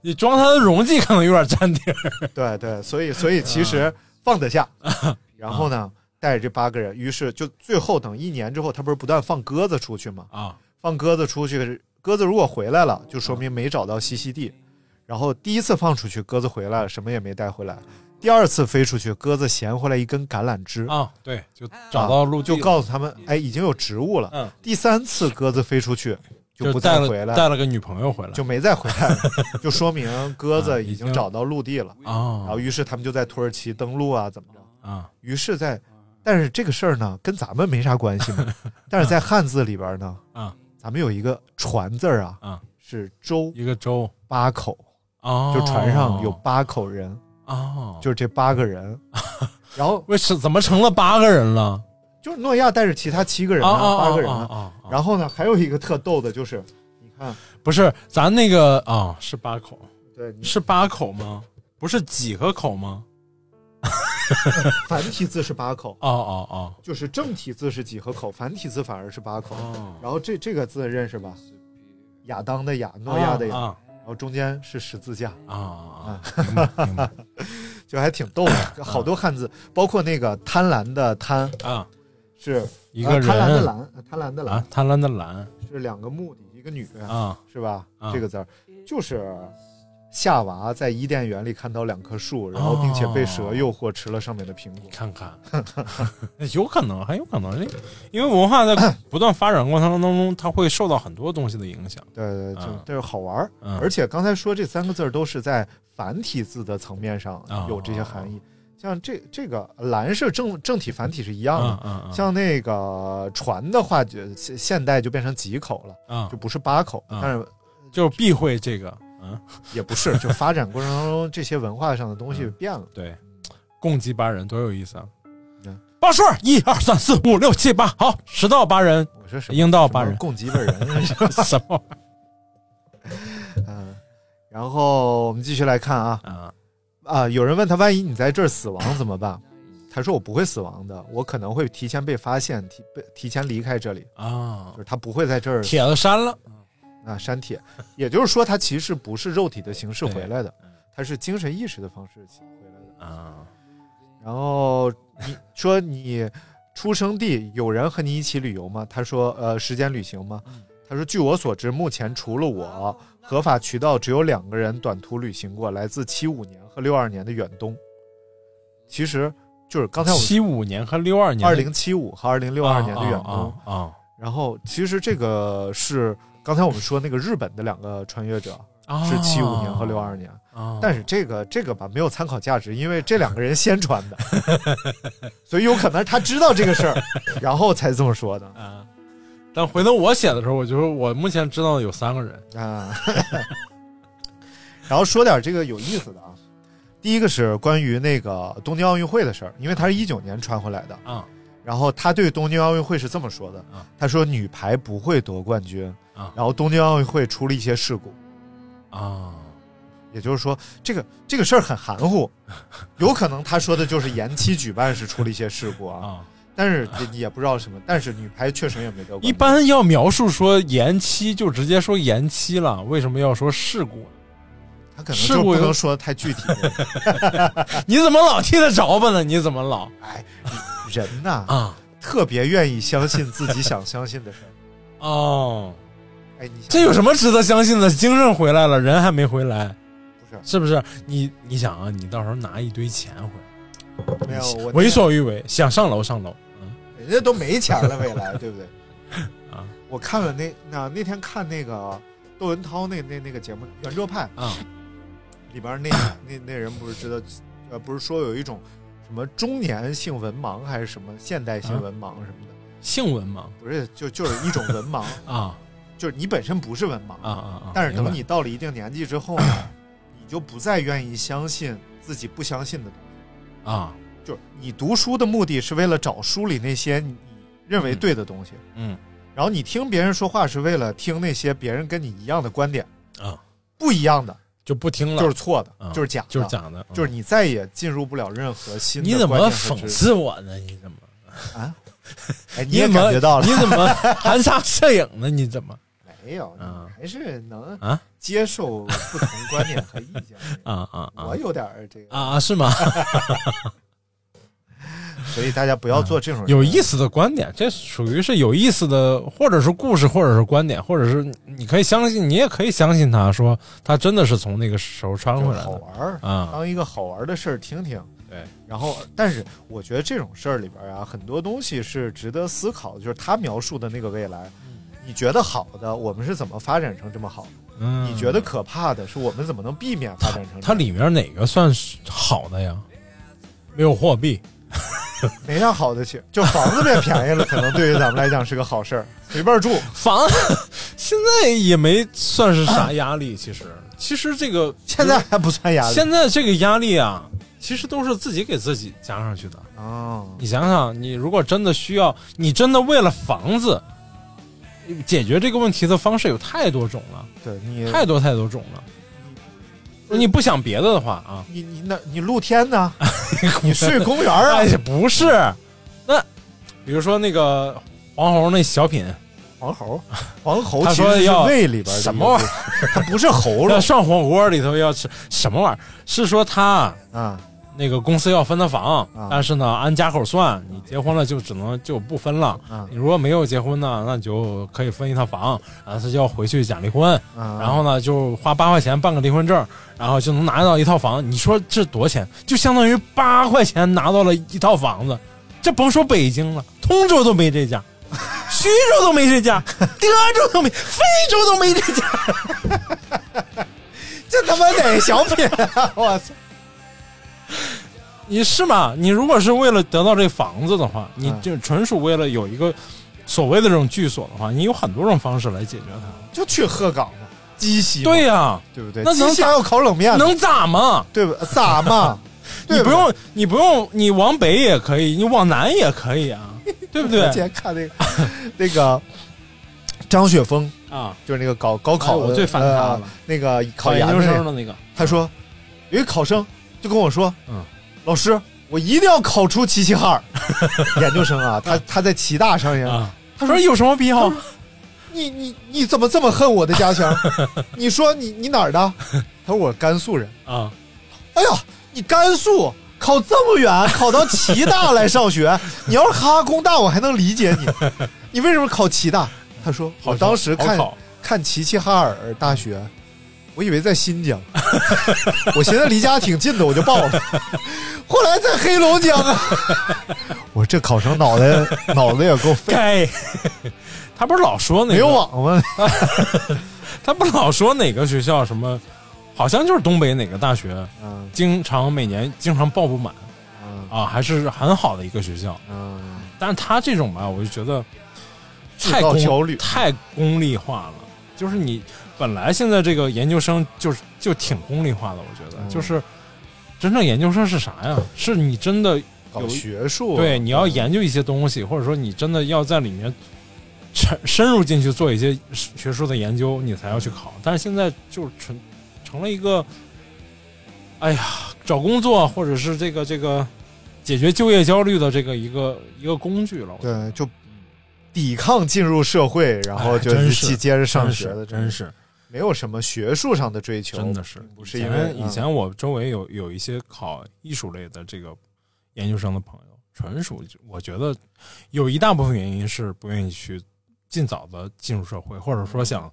Speaker 7: 你装它的容积可能有点占地儿。
Speaker 4: 对对，所以所以其实放得下。
Speaker 7: 嗯
Speaker 4: 然后呢，带着这八个人，于是就最后等一年之后，他不是不断放鸽子出去吗？
Speaker 7: 啊
Speaker 4: 放鸽子出去，鸽子如果回来了，就说明没找到栖息地。然后第一次放出去，鸽子回来了，什么也没带回来。第二次飞出去，鸽子衔回来一根橄榄枝，啊
Speaker 7: 啊，对，就找到陆地
Speaker 4: 就
Speaker 7: 了，
Speaker 4: 告诉他们，哎，已经有植物了。
Speaker 7: 嗯
Speaker 4: 第三次鸽子飞出去，
Speaker 7: 就
Speaker 4: 不
Speaker 7: 带
Speaker 4: 再
Speaker 7: 了
Speaker 4: 回来，
Speaker 7: 带了个女朋友回来，
Speaker 4: 就没再回 来了，就说明鸽
Speaker 7: 啊
Speaker 4: 子
Speaker 7: 已
Speaker 4: 已经
Speaker 7: 经
Speaker 4: 找到陆地了。然
Speaker 7: 啊
Speaker 4: 后，于是他们就在土耳其登陆啊，怎么着？
Speaker 7: 啊
Speaker 4: 于是在，但是这个事儿呢，跟咱们没啥关系 嘛。但是在汉字里边呢，
Speaker 7: 啊，
Speaker 4: 咱们有一个“船”字儿啊，
Speaker 7: 啊，
Speaker 4: 是周
Speaker 7: 一个州
Speaker 4: 八口，
Speaker 7: 啊，
Speaker 4: 就船上
Speaker 7: 哦
Speaker 4: 有八口人，
Speaker 7: 啊，
Speaker 4: 就是这八个 人。然后
Speaker 7: 为什怎么成了八个人了？
Speaker 4: 就是诺亚带着其他七个人
Speaker 7: 啊啊
Speaker 4: 啊，
Speaker 7: 啊
Speaker 4: 八个人啊。
Speaker 7: 啊啊！啊
Speaker 4: 然后呢，还有一个特逗的就是，你看，
Speaker 7: 不是咱那个啊，是八口，
Speaker 4: 对，你
Speaker 7: 是八口吗？不是几个口吗？
Speaker 4: 繁体字是八口，
Speaker 7: 哦哦哦
Speaker 4: 就是正体字是几何口，繁体字反而是八口。
Speaker 7: 哦，
Speaker 4: 然后这这个字认识吧？亚当的亚，诺亚的亚，
Speaker 7: 啊
Speaker 4: 然后中间是十字架，
Speaker 7: 啊啊，啊明白明白
Speaker 4: 就还挺逗 的。好多汉字，包括那个贪婪的贪
Speaker 7: 啊，
Speaker 4: 是
Speaker 7: 一个
Speaker 4: 呃贪婪的
Speaker 7: 人
Speaker 4: 婪，呃贪婪的
Speaker 7: 啊
Speaker 4: 婪，
Speaker 7: 贪婪的婪
Speaker 4: 是两个目的，一个女，
Speaker 7: 啊
Speaker 4: 是吧？
Speaker 7: 啊
Speaker 4: 这个字儿就是夏娃在伊甸园里看到两棵
Speaker 7: 哦
Speaker 4: 树，然后并且被蛇诱惑吃了上面的苹果。
Speaker 7: 看看， 有可能，很有可能，因为文化在不断发展过程当中，它会受到很多东西的影响。
Speaker 4: 对对，对就
Speaker 7: 嗯
Speaker 4: 就是好玩儿。
Speaker 7: 嗯
Speaker 4: 而且刚才说这三个字儿都是在繁体字的层面上
Speaker 7: 啊
Speaker 4: 有这些含义，像这这个“蓝”是正正体繁体是一样的。
Speaker 7: 嗯嗯
Speaker 4: 啊
Speaker 7: 嗯，
Speaker 4: 像那个船的话，就现现代就变成几口了，
Speaker 7: 啊
Speaker 4: 就，不是八口，
Speaker 7: 嗯
Speaker 4: 但是
Speaker 7: 就是避讳这个，嗯，
Speaker 4: 也不 是，就发展过程当中这些文化上的东西
Speaker 7: 嗯
Speaker 4: 变了。
Speaker 7: 对，共计八人多有意思啊
Speaker 4: 嗯！
Speaker 7: 报数，一二三四五六七八，好，十到八人，
Speaker 4: 我说什么
Speaker 7: 应到
Speaker 4: 什么
Speaker 7: 八人，
Speaker 4: 共几本人？
Speaker 7: 什么玩
Speaker 4: 嗯，然后我们继续来看啊
Speaker 7: 意儿啊？
Speaker 4: 啊，有人问他，万一你在这儿死亡怎么办？他说我不会死亡的，我可能会提前被发现，提被提前离开这里，
Speaker 7: 啊
Speaker 4: 就，是他不会在这儿
Speaker 7: 铁子删了，
Speaker 4: 啊删帖，也就是说他其实不是肉体的形式回来的
Speaker 7: 对嗯，
Speaker 4: 他是精神意识的方式回来的。
Speaker 7: 啊
Speaker 4: 然后你说你出生地有人和你一起旅游吗？他说呃，时间旅行吗？
Speaker 7: 嗯
Speaker 4: 他说据我所知，目前除了我，合法渠道只有两个人短途旅行过，来自七五年和六二年的远东。其实就是刚才我们
Speaker 7: 七五年和六二年，啊
Speaker 4: 二零七五和二零六二年的远东。
Speaker 7: 啊啊啊
Speaker 4: 然后其实这个是刚才我们说那个日本的两个穿越者
Speaker 7: 哦
Speaker 4: 是七五年和六二年，
Speaker 7: 哦
Speaker 4: 但是这个这个吧没有参考价值，因为这两个人先穿的， 所以有可能是他知道这个事儿，然后才这么说的
Speaker 7: 啊。但回头我写的时候，我就说我目前知道的有三个人
Speaker 4: 啊。 然后说点这个有意思的啊，第一个是关于那个东京奥运会的事儿，因为他是一九年穿回来的
Speaker 7: 啊。
Speaker 4: 然后他对东京奥运会是这么说的
Speaker 7: 啊，
Speaker 4: 他说女排不会夺冠军
Speaker 7: 啊
Speaker 4: 然后东京奥运会出了一些事故，
Speaker 7: 啊，
Speaker 4: 也就是说，这个这个事儿很含 糊，有可能他说的就是延期举办时出了一些事故啊，
Speaker 7: 啊
Speaker 4: 但是这也不知道什么，但是女排确实也没得过。
Speaker 7: 一般要描述说延期，就直接说延期了，为什么要说事故？
Speaker 4: 他可能
Speaker 7: 事
Speaker 4: 就
Speaker 7: 故
Speaker 4: 不
Speaker 7: 有
Speaker 4: 能说得太具体，
Speaker 7: 你怎么老替他着吧呢？你怎么老
Speaker 4: 人呐、
Speaker 7: 啊？
Speaker 4: 特别愿意相信自己想相信的 事儿。
Speaker 7: 哦，
Speaker 4: 哎，你想
Speaker 7: 这有什么值得相信的？精神回来了，人还没回来，
Speaker 4: 不是
Speaker 7: 是不是？你你想啊，你到时候拿一堆钱回
Speaker 4: 没有
Speaker 7: 来，
Speaker 4: 我
Speaker 7: 为所欲为，想上楼上楼。
Speaker 4: 人家都没钱了，未 来对不对？
Speaker 7: 啊，
Speaker 4: 我看了那那那天看那个窦文涛那那那个节目《圆桌派》
Speaker 7: 啊
Speaker 4: 里边 那那那人不是知道，呃，不是说有一种什么中年性文盲还是什么现代
Speaker 7: 啊
Speaker 4: 性文盲什么的，
Speaker 7: 性文盲
Speaker 4: 不是就就是一种文盲，
Speaker 7: 啊
Speaker 4: 就是你本身不是文盲
Speaker 7: 啊啊，啊！
Speaker 4: 但是
Speaker 7: 明白
Speaker 4: 等你到了一定年纪之后呢，你就不再愿意相信自己不相信的东西，
Speaker 7: 啊，
Speaker 4: 就是你读书的目的是为了找书里那些你认为对的东西。
Speaker 7: 嗯
Speaker 4: 然后你听别人说话是为了听那些别人跟你一样的观点，
Speaker 7: 啊，
Speaker 4: 不一样的
Speaker 7: 就不听了，
Speaker 4: 就是错的，
Speaker 7: 啊
Speaker 4: 就是假的，
Speaker 7: 就是，假的，嗯
Speaker 4: 就是你再也进入不了任何新的
Speaker 7: 你怎么
Speaker 4: 观念和
Speaker 7: 讽
Speaker 4: 知识？
Speaker 7: 刺我呢？你怎么？
Speaker 4: 哎，你
Speaker 7: 你
Speaker 4: 也
Speaker 7: 怎
Speaker 4: 感
Speaker 7: 么
Speaker 4: 觉到了
Speaker 7: 你怎么含沙射影呢？你怎么
Speaker 4: 没有？
Speaker 7: 啊
Speaker 4: 你还是能
Speaker 7: 啊
Speaker 4: 接受不同观点和意见。
Speaker 7: 啊啊啊
Speaker 4: 我有点儿这个，
Speaker 7: 啊啊？是吗？
Speaker 4: 所以大家不要做这种人
Speaker 7: 有意思的观点，这属于是有意思的，或者是故事，或者是观点，或者是你可以相信，你也可以相信他说他真的是从那个时候穿
Speaker 4: 就
Speaker 7: 回
Speaker 4: 是
Speaker 7: 来
Speaker 4: 好
Speaker 7: 的
Speaker 4: 玩儿，
Speaker 7: 啊。
Speaker 4: 当一个好玩的事儿听听。
Speaker 7: 对，
Speaker 4: 然后，但是我觉得这种事儿里边啊，很多东西是值得思考的，就是他描述的那个未来，你觉得好的，我们是怎么发展成这么好的？
Speaker 7: 嗯，
Speaker 4: 你觉得可怕的是我们怎么能避免发展成这
Speaker 7: 它
Speaker 4: 样？
Speaker 7: 里面哪个算是好的呀？没有货币
Speaker 4: 没啥好的去，就房子变便宜了，可能对于咱们来讲是个好事儿，随便住。
Speaker 7: 房， 现在也没算是啥压力。其实，其实这个
Speaker 4: 现在还不算压力。
Speaker 7: 现在这个压力啊，其实都是自己给自己加上去的。
Speaker 4: 啊，
Speaker 7: 你想想，你如果真的需要，你真的为了房子解决这个问题的方式有太多种了，
Speaker 4: 对你，
Speaker 7: 太多太多种了。你不想别的的话啊，
Speaker 4: 你你那你露天呢？ 你睡公园儿啊
Speaker 7: 哎？不是，那比如说那个黄宏那小品，
Speaker 4: 黄喉，黄喉
Speaker 7: 他
Speaker 4: 其
Speaker 7: 说
Speaker 4: 实是
Speaker 7: 要
Speaker 4: 胃里边的
Speaker 7: 什么玩
Speaker 4: 一
Speaker 7: 意
Speaker 4: 个部分它不是喉咙
Speaker 7: 要涮火锅里头要吃什么玩意儿？是说他
Speaker 4: 啊。
Speaker 7: 那个公司要分他房
Speaker 4: 啊，
Speaker 7: 但是呢按家口算，你结婚了就只能就不分了
Speaker 4: 啊。
Speaker 7: 你如果没有结婚呢，那你就可以分一套房，然后他就要回去假离婚，
Speaker 4: 啊
Speaker 7: 然后呢就花八块钱办个离婚证，然后就能拿到一套房。你说这多少钱？就相当于八块钱拿到了一套房子，这甭说北京了，通州都没 这价。徐州都没这价，德州都没，非洲都没这价。
Speaker 4: 这他妈哪小品啊！我操！
Speaker 7: 你是吗？你如果是为了得到这房子的话，你就纯属为了有一个所谓的这种居所的话，你有很多种方式来解决它。
Speaker 4: 就去鹤岗嘛，鸡西嘛
Speaker 7: 对呀、
Speaker 4: 对不对？
Speaker 7: 那能
Speaker 4: 鸡西还有烤冷面呢，
Speaker 7: 能咋嘛？
Speaker 4: 对吧？咋嘛？对
Speaker 7: 你
Speaker 4: 吧
Speaker 7: 不用，你不用，你往北也可以，你往南也可以 啊，对不对
Speaker 4: 我？今天看那个那个张雪峰，
Speaker 7: 啊，
Speaker 4: 就是那个搞高考的，
Speaker 7: 哎我最烦他了
Speaker 4: 呃那个考
Speaker 7: 考研
Speaker 4: 研
Speaker 7: 究
Speaker 4: 的那
Speaker 7: 生
Speaker 4: 个，
Speaker 7: 的那个
Speaker 4: 他说有一个考生就跟我说，
Speaker 7: 嗯，
Speaker 4: 老师，我一定要考出齐齐哈尔 研究生啊， 他他在齐大上研，
Speaker 7: 啊，他说有什么必要？
Speaker 4: 你你你怎么这么恨我的家乡？你说你你哪儿的？ 他说我甘肃人。
Speaker 7: 啊，
Speaker 4: 哎呀，你甘肃考这么远，考到齐大来上 学，你要是哈哈工大，我还能理解你。你为什么考齐大？他说，我当时
Speaker 7: 好
Speaker 4: 看
Speaker 7: 考
Speaker 4: 看齐齐哈尔大学，我以为在新 疆，我寻思离家挺近的，我就报了。后来在黑龙江啊，我这考生 脑袋脑子也够废。
Speaker 7: 该， 他不是老说那个
Speaker 4: 没有网吗？
Speaker 7: 他不老说哪个学校什么，好像就是东北哪个大学，
Speaker 4: 嗯
Speaker 7: 经常每年经常报不满
Speaker 4: 嗯
Speaker 7: 啊，还是很好的一个学校。
Speaker 4: 嗯，
Speaker 7: 但是他这种吧，我就觉得
Speaker 4: 制
Speaker 7: 太
Speaker 4: 造
Speaker 7: 功
Speaker 4: 焦虑
Speaker 7: 太功利化了。就是你本来现在这个研究生就是就挺功利化的，我觉得、
Speaker 4: 嗯
Speaker 7: 就是真正研究生是啥呀？是你真的
Speaker 4: 搞
Speaker 7: 有
Speaker 4: 学术，
Speaker 7: 对，你要研究一些东西，或者说你真的要在里面沉深入进去做一些学术的研究，你才要去考。但是现在就成成了一个，哎呀，找工作或者是这个这个解决就业焦虑的这个一个一个工具了。我觉得
Speaker 4: 对，就抵抗进入社会，然后
Speaker 7: 哎
Speaker 4: 就
Speaker 7: 真
Speaker 4: 去
Speaker 7: 是
Speaker 4: 接着上
Speaker 7: 真
Speaker 4: 学
Speaker 7: 是
Speaker 4: 的，
Speaker 7: 真是
Speaker 4: 没有什么学术上的追求，
Speaker 7: 真的是，
Speaker 4: 不是
Speaker 7: 以
Speaker 4: 因
Speaker 7: 前
Speaker 4: 为嗯
Speaker 7: 以前我周围有有一些考艺术类的这个研究生的朋友，纯属我觉得有一大部分原因是不愿意去尽早的进入社会，或者说想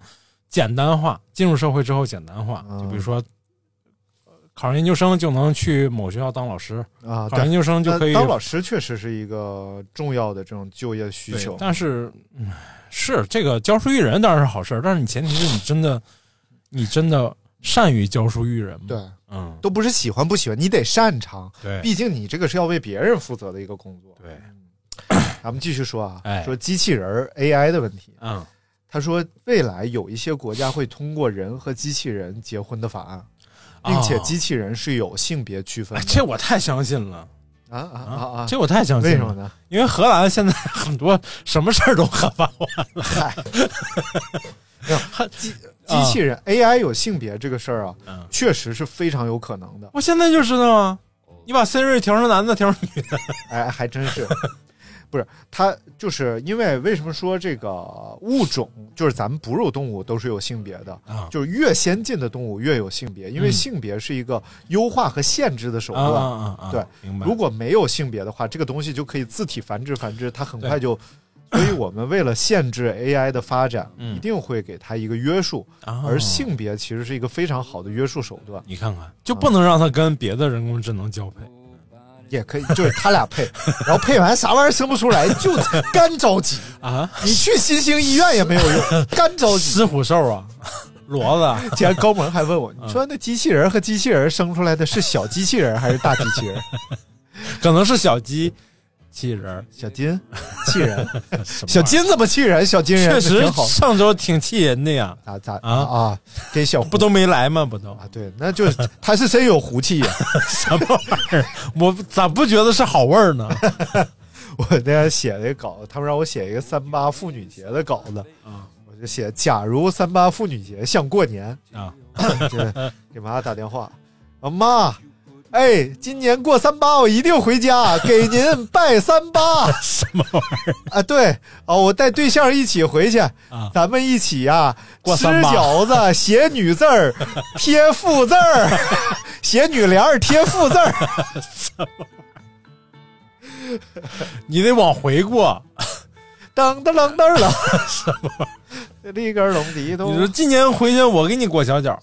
Speaker 7: 简单化进入社会之后简单化，
Speaker 4: 嗯
Speaker 7: 就比如说。呃考上研究生就能去某学校当老师，
Speaker 4: 嗯啊，
Speaker 7: 考
Speaker 4: 对
Speaker 7: 上研究生就可以
Speaker 4: 那当老师确实是一个重要的这种就业需
Speaker 7: 对
Speaker 4: 求，
Speaker 7: 但是，嗯是这个教书育人当然是好事儿，但是你前提是你真的，你真的善于教书育人嘛？
Speaker 4: 对，
Speaker 7: 嗯，
Speaker 4: 都不是喜欢不喜欢，你得擅长，
Speaker 7: 对，
Speaker 4: 毕竟你这个是要为别人负责的一个工作。
Speaker 7: 对，
Speaker 4: 咱们继续说啊，
Speaker 7: 哎
Speaker 4: 说机器人儿 AI 的问题。
Speaker 7: 嗯，
Speaker 4: 他说，未来有一些国家会通过人和机器人结婚的法案，
Speaker 7: 啊
Speaker 4: 并且机器人是有性别区分
Speaker 7: 哎
Speaker 4: 的。
Speaker 7: 这我太相信了
Speaker 4: 啊啊啊啊！
Speaker 7: 这我太相
Speaker 4: 为
Speaker 7: 信
Speaker 4: 什么
Speaker 7: 了，
Speaker 4: 呢？
Speaker 7: 因为荷兰现在 很多什么事儿都合法化了。
Speaker 4: 嗨，没有机机
Speaker 7: 啊
Speaker 4: 器人 AI 有性别这个事儿啊，
Speaker 7: 嗯
Speaker 4: 确实是非常有可能的。
Speaker 7: 我现在就知道啊，你把 Siri 调成男的，调成女的，
Speaker 4: 哎，还真是。 不是，它就是因为为什么说这个物种，就是咱们哺乳动物都是有性别的，
Speaker 7: 啊
Speaker 4: 就是越先进的动物越有性别，因为
Speaker 7: 嗯
Speaker 4: 性别是一个优化和限制的手段。
Speaker 7: 啊啊啊！
Speaker 4: 对，
Speaker 7: 明白。
Speaker 4: 如果没有性别的话，这个东西就可以自体繁殖繁殖，它很
Speaker 7: 对
Speaker 4: 快就。所以我们为了限制 AI 的发展，
Speaker 7: 嗯
Speaker 4: 一定会给它一个约束，
Speaker 7: 啊
Speaker 4: 而性别其实是一个非常好的约束手段，
Speaker 7: 你看看，就不能让它跟别的人工智能交配。
Speaker 4: 也可以就是他俩 配，然后配完啥玩意儿生不出来，就干着急
Speaker 7: 啊！
Speaker 4: 你去新兴医院也没有 用，干着急。
Speaker 7: 狮虎兽啊，骡子啊，
Speaker 4: 前高萌还问我，你说那机器人和机器人生出来的是小机器人还是大机器 人？
Speaker 7: 可能是小鸡、机器人儿，
Speaker 4: 小金，气人，
Speaker 7: 什么
Speaker 4: 小金怎么气人？小金人
Speaker 7: 确实
Speaker 4: 挺好。
Speaker 7: 上周挺气人的呀，
Speaker 4: 咋咋啊
Speaker 7: 啊
Speaker 4: 啊！给小胡
Speaker 7: 不都没来吗？不都
Speaker 4: 啊，对，那就是他是真有胡 气呀、
Speaker 7: 什么玩意儿？我咋不觉得是好味儿呢？
Speaker 4: 我那天写了一个稿，他们让我写一个三八妇女节的稿子，我就写：假如三八妇女节像过年，
Speaker 7: 啊，
Speaker 4: 这给妈打电话，啊妈，哎，今年过三八我一定回家给您拜三八
Speaker 7: 什么玩意儿？
Speaker 4: 啊！对啊，我带对象一起回去，
Speaker 7: 啊
Speaker 4: 咱们一起呀、
Speaker 7: 过
Speaker 4: 吃
Speaker 7: 三八
Speaker 4: 饺子，写女字儿，贴妇字儿， 写女联儿，贴妇字儿。
Speaker 7: 你得往回过。
Speaker 4: 噔噔噔 噔了，什么？立根龙笛都
Speaker 7: 你说今年回去我给你裹小脚，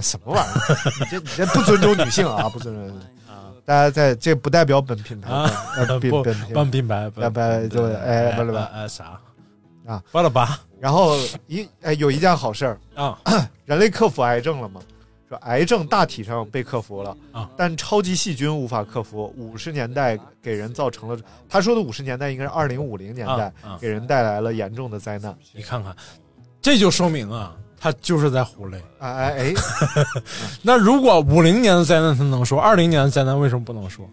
Speaker 4: 什么玩意儿？你这你这不尊重女性啊！不尊重女性啊！大家在这不代表本品牌
Speaker 7: 啊，
Speaker 4: 呃本
Speaker 7: 不
Speaker 4: 本品牌
Speaker 7: 帮品牌，
Speaker 4: 拜拜对哎拜了拜
Speaker 7: 哎啥
Speaker 4: 啊？
Speaker 7: 巴拉巴
Speaker 4: 然后一哎有一件好事儿，
Speaker 7: 啊
Speaker 4: 人类克服癌症了吗？说癌症大体上被克服了
Speaker 7: 啊，
Speaker 4: 但超级细菌无法克服。五十年代给人造成了，他说的五十年代应该是二零五零年代
Speaker 7: 啊啊，
Speaker 4: 给人带来了严重的灾难。
Speaker 7: 你看看，这就说明啊，他就是在胡来。
Speaker 4: 哎哎哎，
Speaker 7: 那如果五零年的灾难他能说，二零年的灾难为什么不能说？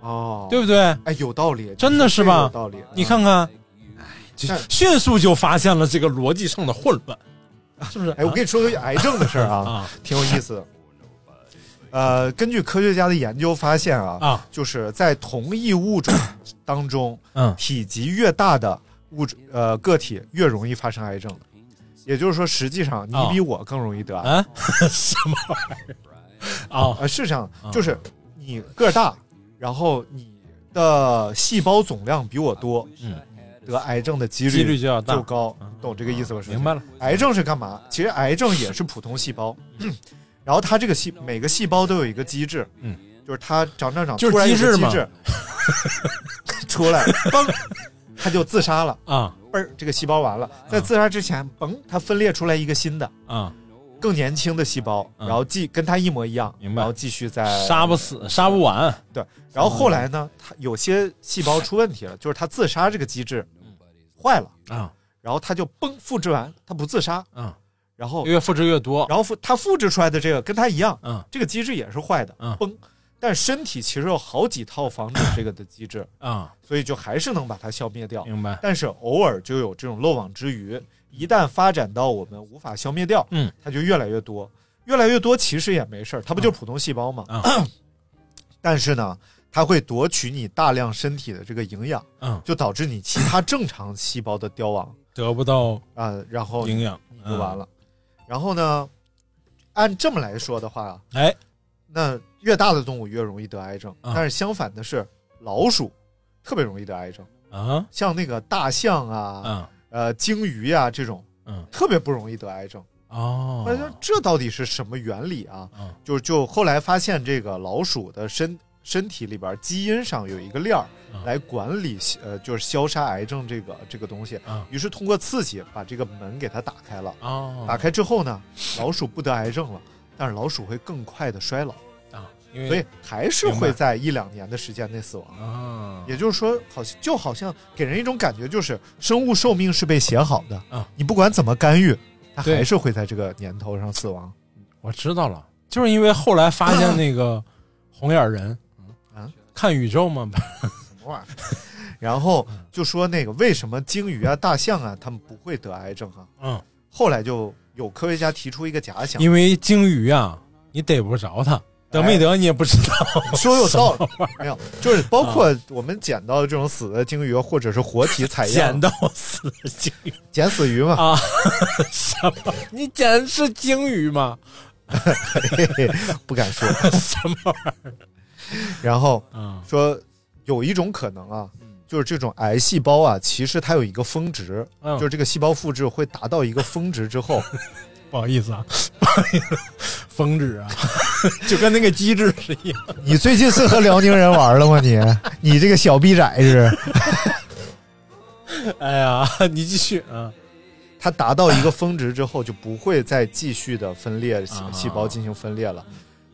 Speaker 4: 哦，
Speaker 7: 对，不对？
Speaker 4: 哎有道理，
Speaker 7: 真的是吧
Speaker 4: 有道理。啊
Speaker 7: 你看
Speaker 4: 哎
Speaker 7: 看，就
Speaker 4: 但
Speaker 7: 迅速就发现了这个逻辑上的混乱，是不是？
Speaker 4: 哎，我跟你说个癌症的事儿啊，
Speaker 7: 啊
Speaker 4: 挺有意思的。呃，根据科学家的研究发现啊，
Speaker 7: 啊，
Speaker 4: 就是在同一物种当中，
Speaker 7: 嗯
Speaker 4: 体积越大的物种呃个体越容易发生癌症。也就是说，实际上你
Speaker 7: 哦
Speaker 4: 比我更容易得癌。
Speaker 7: 啊，什么玩意儿？啊
Speaker 4: 呃，是这样，
Speaker 7: 哦
Speaker 4: 就是你个儿大，然后你的细胞总量比我多，
Speaker 7: 嗯，
Speaker 4: 得癌症的几
Speaker 7: 几
Speaker 4: 率
Speaker 7: 率就要大
Speaker 4: 就高。
Speaker 7: 嗯
Speaker 4: 懂这个意思吧？
Speaker 7: 明白了。
Speaker 4: 癌症是干嘛？其实癌症也是普通细胞， 然后它这个细每个细胞都有一个机制，
Speaker 7: 嗯，
Speaker 4: 就是它长长长，
Speaker 7: 就是
Speaker 4: 突然有
Speaker 7: 机制
Speaker 4: 个机
Speaker 7: 嘛
Speaker 4: 制 出来，嘣，它就自杀了
Speaker 7: 啊！
Speaker 4: 嘣儿，这个细胞完了，
Speaker 7: 嗯
Speaker 4: 在自杀之前，嘣，它分裂出来一个新的
Speaker 7: 啊，
Speaker 4: 更年轻的细胞，
Speaker 7: 嗯
Speaker 4: 然后继跟它一模一样，
Speaker 7: 明白
Speaker 4: 然后继续在
Speaker 7: 杀嗯不死，杀不完。
Speaker 4: 对，然后后来呢，它有些细胞出问题了，就是它自杀这个机制坏了
Speaker 7: 啊，
Speaker 4: 然后它就嘣复制完，它不自杀，
Speaker 7: 嗯，
Speaker 4: 然后
Speaker 7: 越复制越多，
Speaker 4: 然后复它复制出来的这个跟它一样，
Speaker 7: 嗯，
Speaker 4: 这个机制也是坏的，
Speaker 7: 嗯
Speaker 4: 崩。但身体其实有好几套防止这个的机制，
Speaker 7: 啊，
Speaker 4: 所以就还是能把它消灭掉。
Speaker 7: 明白
Speaker 4: 但是偶尔就有这种漏网之鱼，一旦发展到我们无法消灭掉，
Speaker 7: 嗯，
Speaker 4: 它就越来越多，越来越多，其实也没事儿，它不就是普通细胞吗？
Speaker 7: 啊
Speaker 4: 但是呢，它会夺取你大量身体的这个营养，
Speaker 7: 嗯，
Speaker 4: 就导致你其他正常细胞的凋亡
Speaker 7: 得不到
Speaker 4: 啊、然后
Speaker 7: 营养
Speaker 4: 你就完了。然后呢，按这么来说的话，
Speaker 7: 哎，
Speaker 4: 那越大的动物越容易得癌症，
Speaker 7: 啊
Speaker 4: 但是相反的是，老鼠特别容易得癌症，
Speaker 7: 啊
Speaker 4: 像那个大象啊、
Speaker 7: 啊
Speaker 4: 呃鲸鱼啊这种，
Speaker 7: 嗯
Speaker 4: 特别不容易得癌症。
Speaker 7: 哦
Speaker 4: 那、就这到底是什么原理啊？
Speaker 7: 嗯
Speaker 4: 就就后来发现，这个老鼠的身身体里边基因上有一个链儿
Speaker 7: 嗯
Speaker 4: 来管理呃就是消杀癌症这个这个东西，
Speaker 7: 嗯
Speaker 4: 于是通过刺激把这个门给它打开了。
Speaker 7: 哦
Speaker 4: 打开之后呢，老鼠不得癌症了，但是老鼠会更快的衰老，
Speaker 7: 啊，因为
Speaker 4: 所以还是会在一两年的时间内死亡。
Speaker 7: 啊
Speaker 4: 也就是说，好像就好像给人一种感觉，就是生物寿命是被写好的
Speaker 7: 啊，
Speaker 4: 你不管怎么干预，它
Speaker 7: 对
Speaker 4: 还是会在这个年头上死亡。
Speaker 7: 我知道了，就是因为后来发现那个红眼人
Speaker 4: 啊
Speaker 7: 看宇宙嘛，
Speaker 4: 什么玩意儿？ 然后就说那个为什么鲸鱼啊、大象啊，它们不会得癌症啊？
Speaker 7: 嗯，
Speaker 4: 后来就有科学家提出一个假想，
Speaker 7: 因为鲸鱼啊，你逮不着它，得没得你也不知道。
Speaker 4: 说有道 理，没有，就是包括我们捡到的这种死的鲸鱼，或者是活体采样，
Speaker 7: 捡到死的鲸鱼
Speaker 4: 捡死鱼嘛，
Speaker 7: 啊？什么？你捡的是鲸鱼吗？
Speaker 4: 嘿嘿 不敢说。
Speaker 7: 什么玩意
Speaker 4: 然后
Speaker 7: 儿啊？
Speaker 4: 说有一种可能啊，
Speaker 7: 嗯
Speaker 4: 就是这种癌细胞啊，其实它有一个峰值，
Speaker 7: 嗯
Speaker 4: 就是这个细胞复制会达到一个峰值之后，
Speaker 7: 不好意思啊， 不好意思，峰值啊， 就跟那个机制是一样。
Speaker 4: 你最近是和辽宁人玩了吗？你你 这个小逼崽子，
Speaker 7: 哎呀，你继续
Speaker 4: 嗯
Speaker 7: 啊，
Speaker 4: 它达到一个峰值之后，就不会再继续的分裂细
Speaker 7: 啊
Speaker 4: 细胞进行分裂了。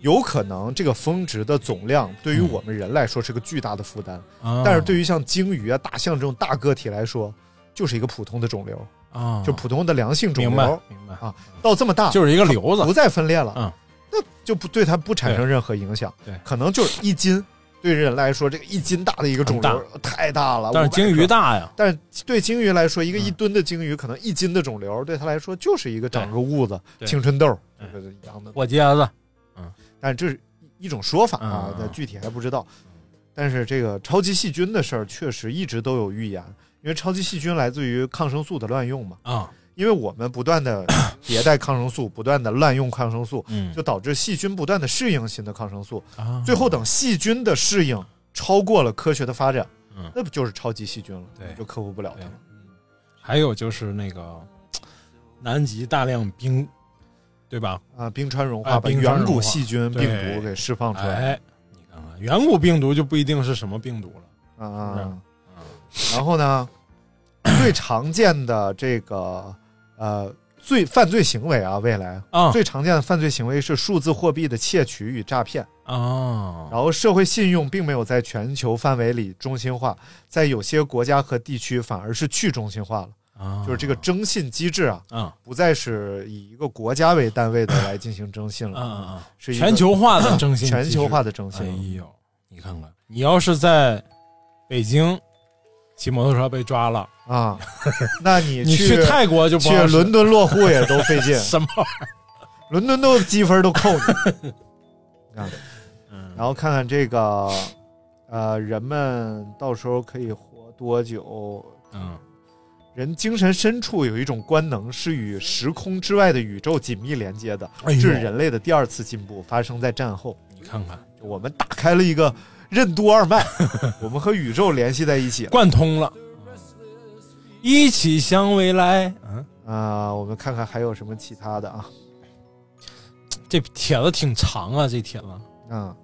Speaker 4: 有可能这个峰值的总量对于我们人来说是个巨大的负担，
Speaker 7: 啊
Speaker 4: 但是对于像鲸鱼啊、大象这种大个体来说，就是一个普通的肿瘤，
Speaker 7: 啊，
Speaker 4: 就普通的良性肿
Speaker 7: 明白
Speaker 4: 瘤，
Speaker 7: 明白，
Speaker 4: 啊，到这么大
Speaker 7: 就是一个瘤
Speaker 4: 不
Speaker 7: 子，
Speaker 4: 再分裂了，
Speaker 7: 嗯
Speaker 4: 那就不对它不产生任何影响，
Speaker 7: 对对
Speaker 4: 可能就是一斤，对人来说这个一斤大的一个肿瘤太大了，
Speaker 7: 但是
Speaker 4: 500
Speaker 7: 鲸鱼
Speaker 4: 克。
Speaker 7: 大呀，
Speaker 4: 但是对鲸鱼来说，一个
Speaker 7: 嗯
Speaker 4: 一吨的鲸鱼，可能一斤的肿瘤对它来说就是一个长个痦子、
Speaker 7: 对
Speaker 4: 青春痘，
Speaker 7: 对
Speaker 4: 就是一样的。
Speaker 7: 火疖子
Speaker 4: 但这是一种说法啊
Speaker 7: 嗯，
Speaker 4: 但具体还不知道。但是这个超级细菌的事儿确实一直都有预言，因为超级细菌来自于抗生素的乱用嘛，
Speaker 7: 啊，
Speaker 4: 因为我们不断的 迭代抗生素，不断的滥用抗生素，
Speaker 7: 嗯
Speaker 4: 就导致细菌不断的适应新的抗生素，
Speaker 7: 啊，
Speaker 4: 最后等细菌的适应超过了科学的发展
Speaker 7: 嗯，
Speaker 4: 那不就是超级细菌了？
Speaker 7: 对
Speaker 4: 就克服不了它
Speaker 7: 对。还有就是那个南极大量冰，对吧？
Speaker 4: 啊，冰川融
Speaker 7: 啊
Speaker 4: 化把
Speaker 7: 冰川
Speaker 4: 远古
Speaker 7: 融化
Speaker 4: 细菌病
Speaker 7: 对
Speaker 4: 毒给释放出来
Speaker 7: 哎，你看看，远古病毒就不一定是什么病毒了。
Speaker 4: 啊
Speaker 7: 是
Speaker 4: 啊
Speaker 7: 啊。
Speaker 4: 然后 呢，最常见的这个呃罪犯罪行为啊，未来
Speaker 7: 啊
Speaker 4: 最常见的犯罪行为是数字货币的窃取与诈骗。
Speaker 7: 啊
Speaker 4: 然后社会信用并没有在全球范围里中心化，在有些国家和地区反而是去中心化了，
Speaker 7: 啊，
Speaker 4: 就是这个征信机制啊，
Speaker 7: 啊
Speaker 4: 不再是以一个国家为单位的来进行征信
Speaker 7: 啊
Speaker 4: 了，
Speaker 7: 啊，
Speaker 4: 嗯是一个
Speaker 7: 全球 化的征信，
Speaker 4: 全球化的征
Speaker 7: 哎
Speaker 4: 信了。
Speaker 7: 呦，你看看，你要是在北京骑摩托车被抓了，
Speaker 4: 啊，那你
Speaker 7: 你去泰国就不
Speaker 4: 去
Speaker 7: 好使，
Speaker 4: 伦敦落户也都费劲
Speaker 7: 什么玩意
Speaker 4: 伦敦都积分都扣你 啊。
Speaker 7: 儿？
Speaker 4: 然后看看这个，呃，人们到时候可以活多久？
Speaker 7: 嗯
Speaker 4: 人精神深处有一种官能，是与时空之外的宇宙紧密连接的，
Speaker 7: 哎呦
Speaker 4: 这是人类的第二次进步，发生在战后。
Speaker 7: 嗯，你看看，
Speaker 4: 就我们打开了一个任督二 脉，我们和宇宙联系在一起了。
Speaker 7: 贯通了，一起向未来。嗯，
Speaker 4: 啊、我们看看还有什么其他的啊？
Speaker 7: 这帖子挺长啊，这帖子
Speaker 4: 嗯，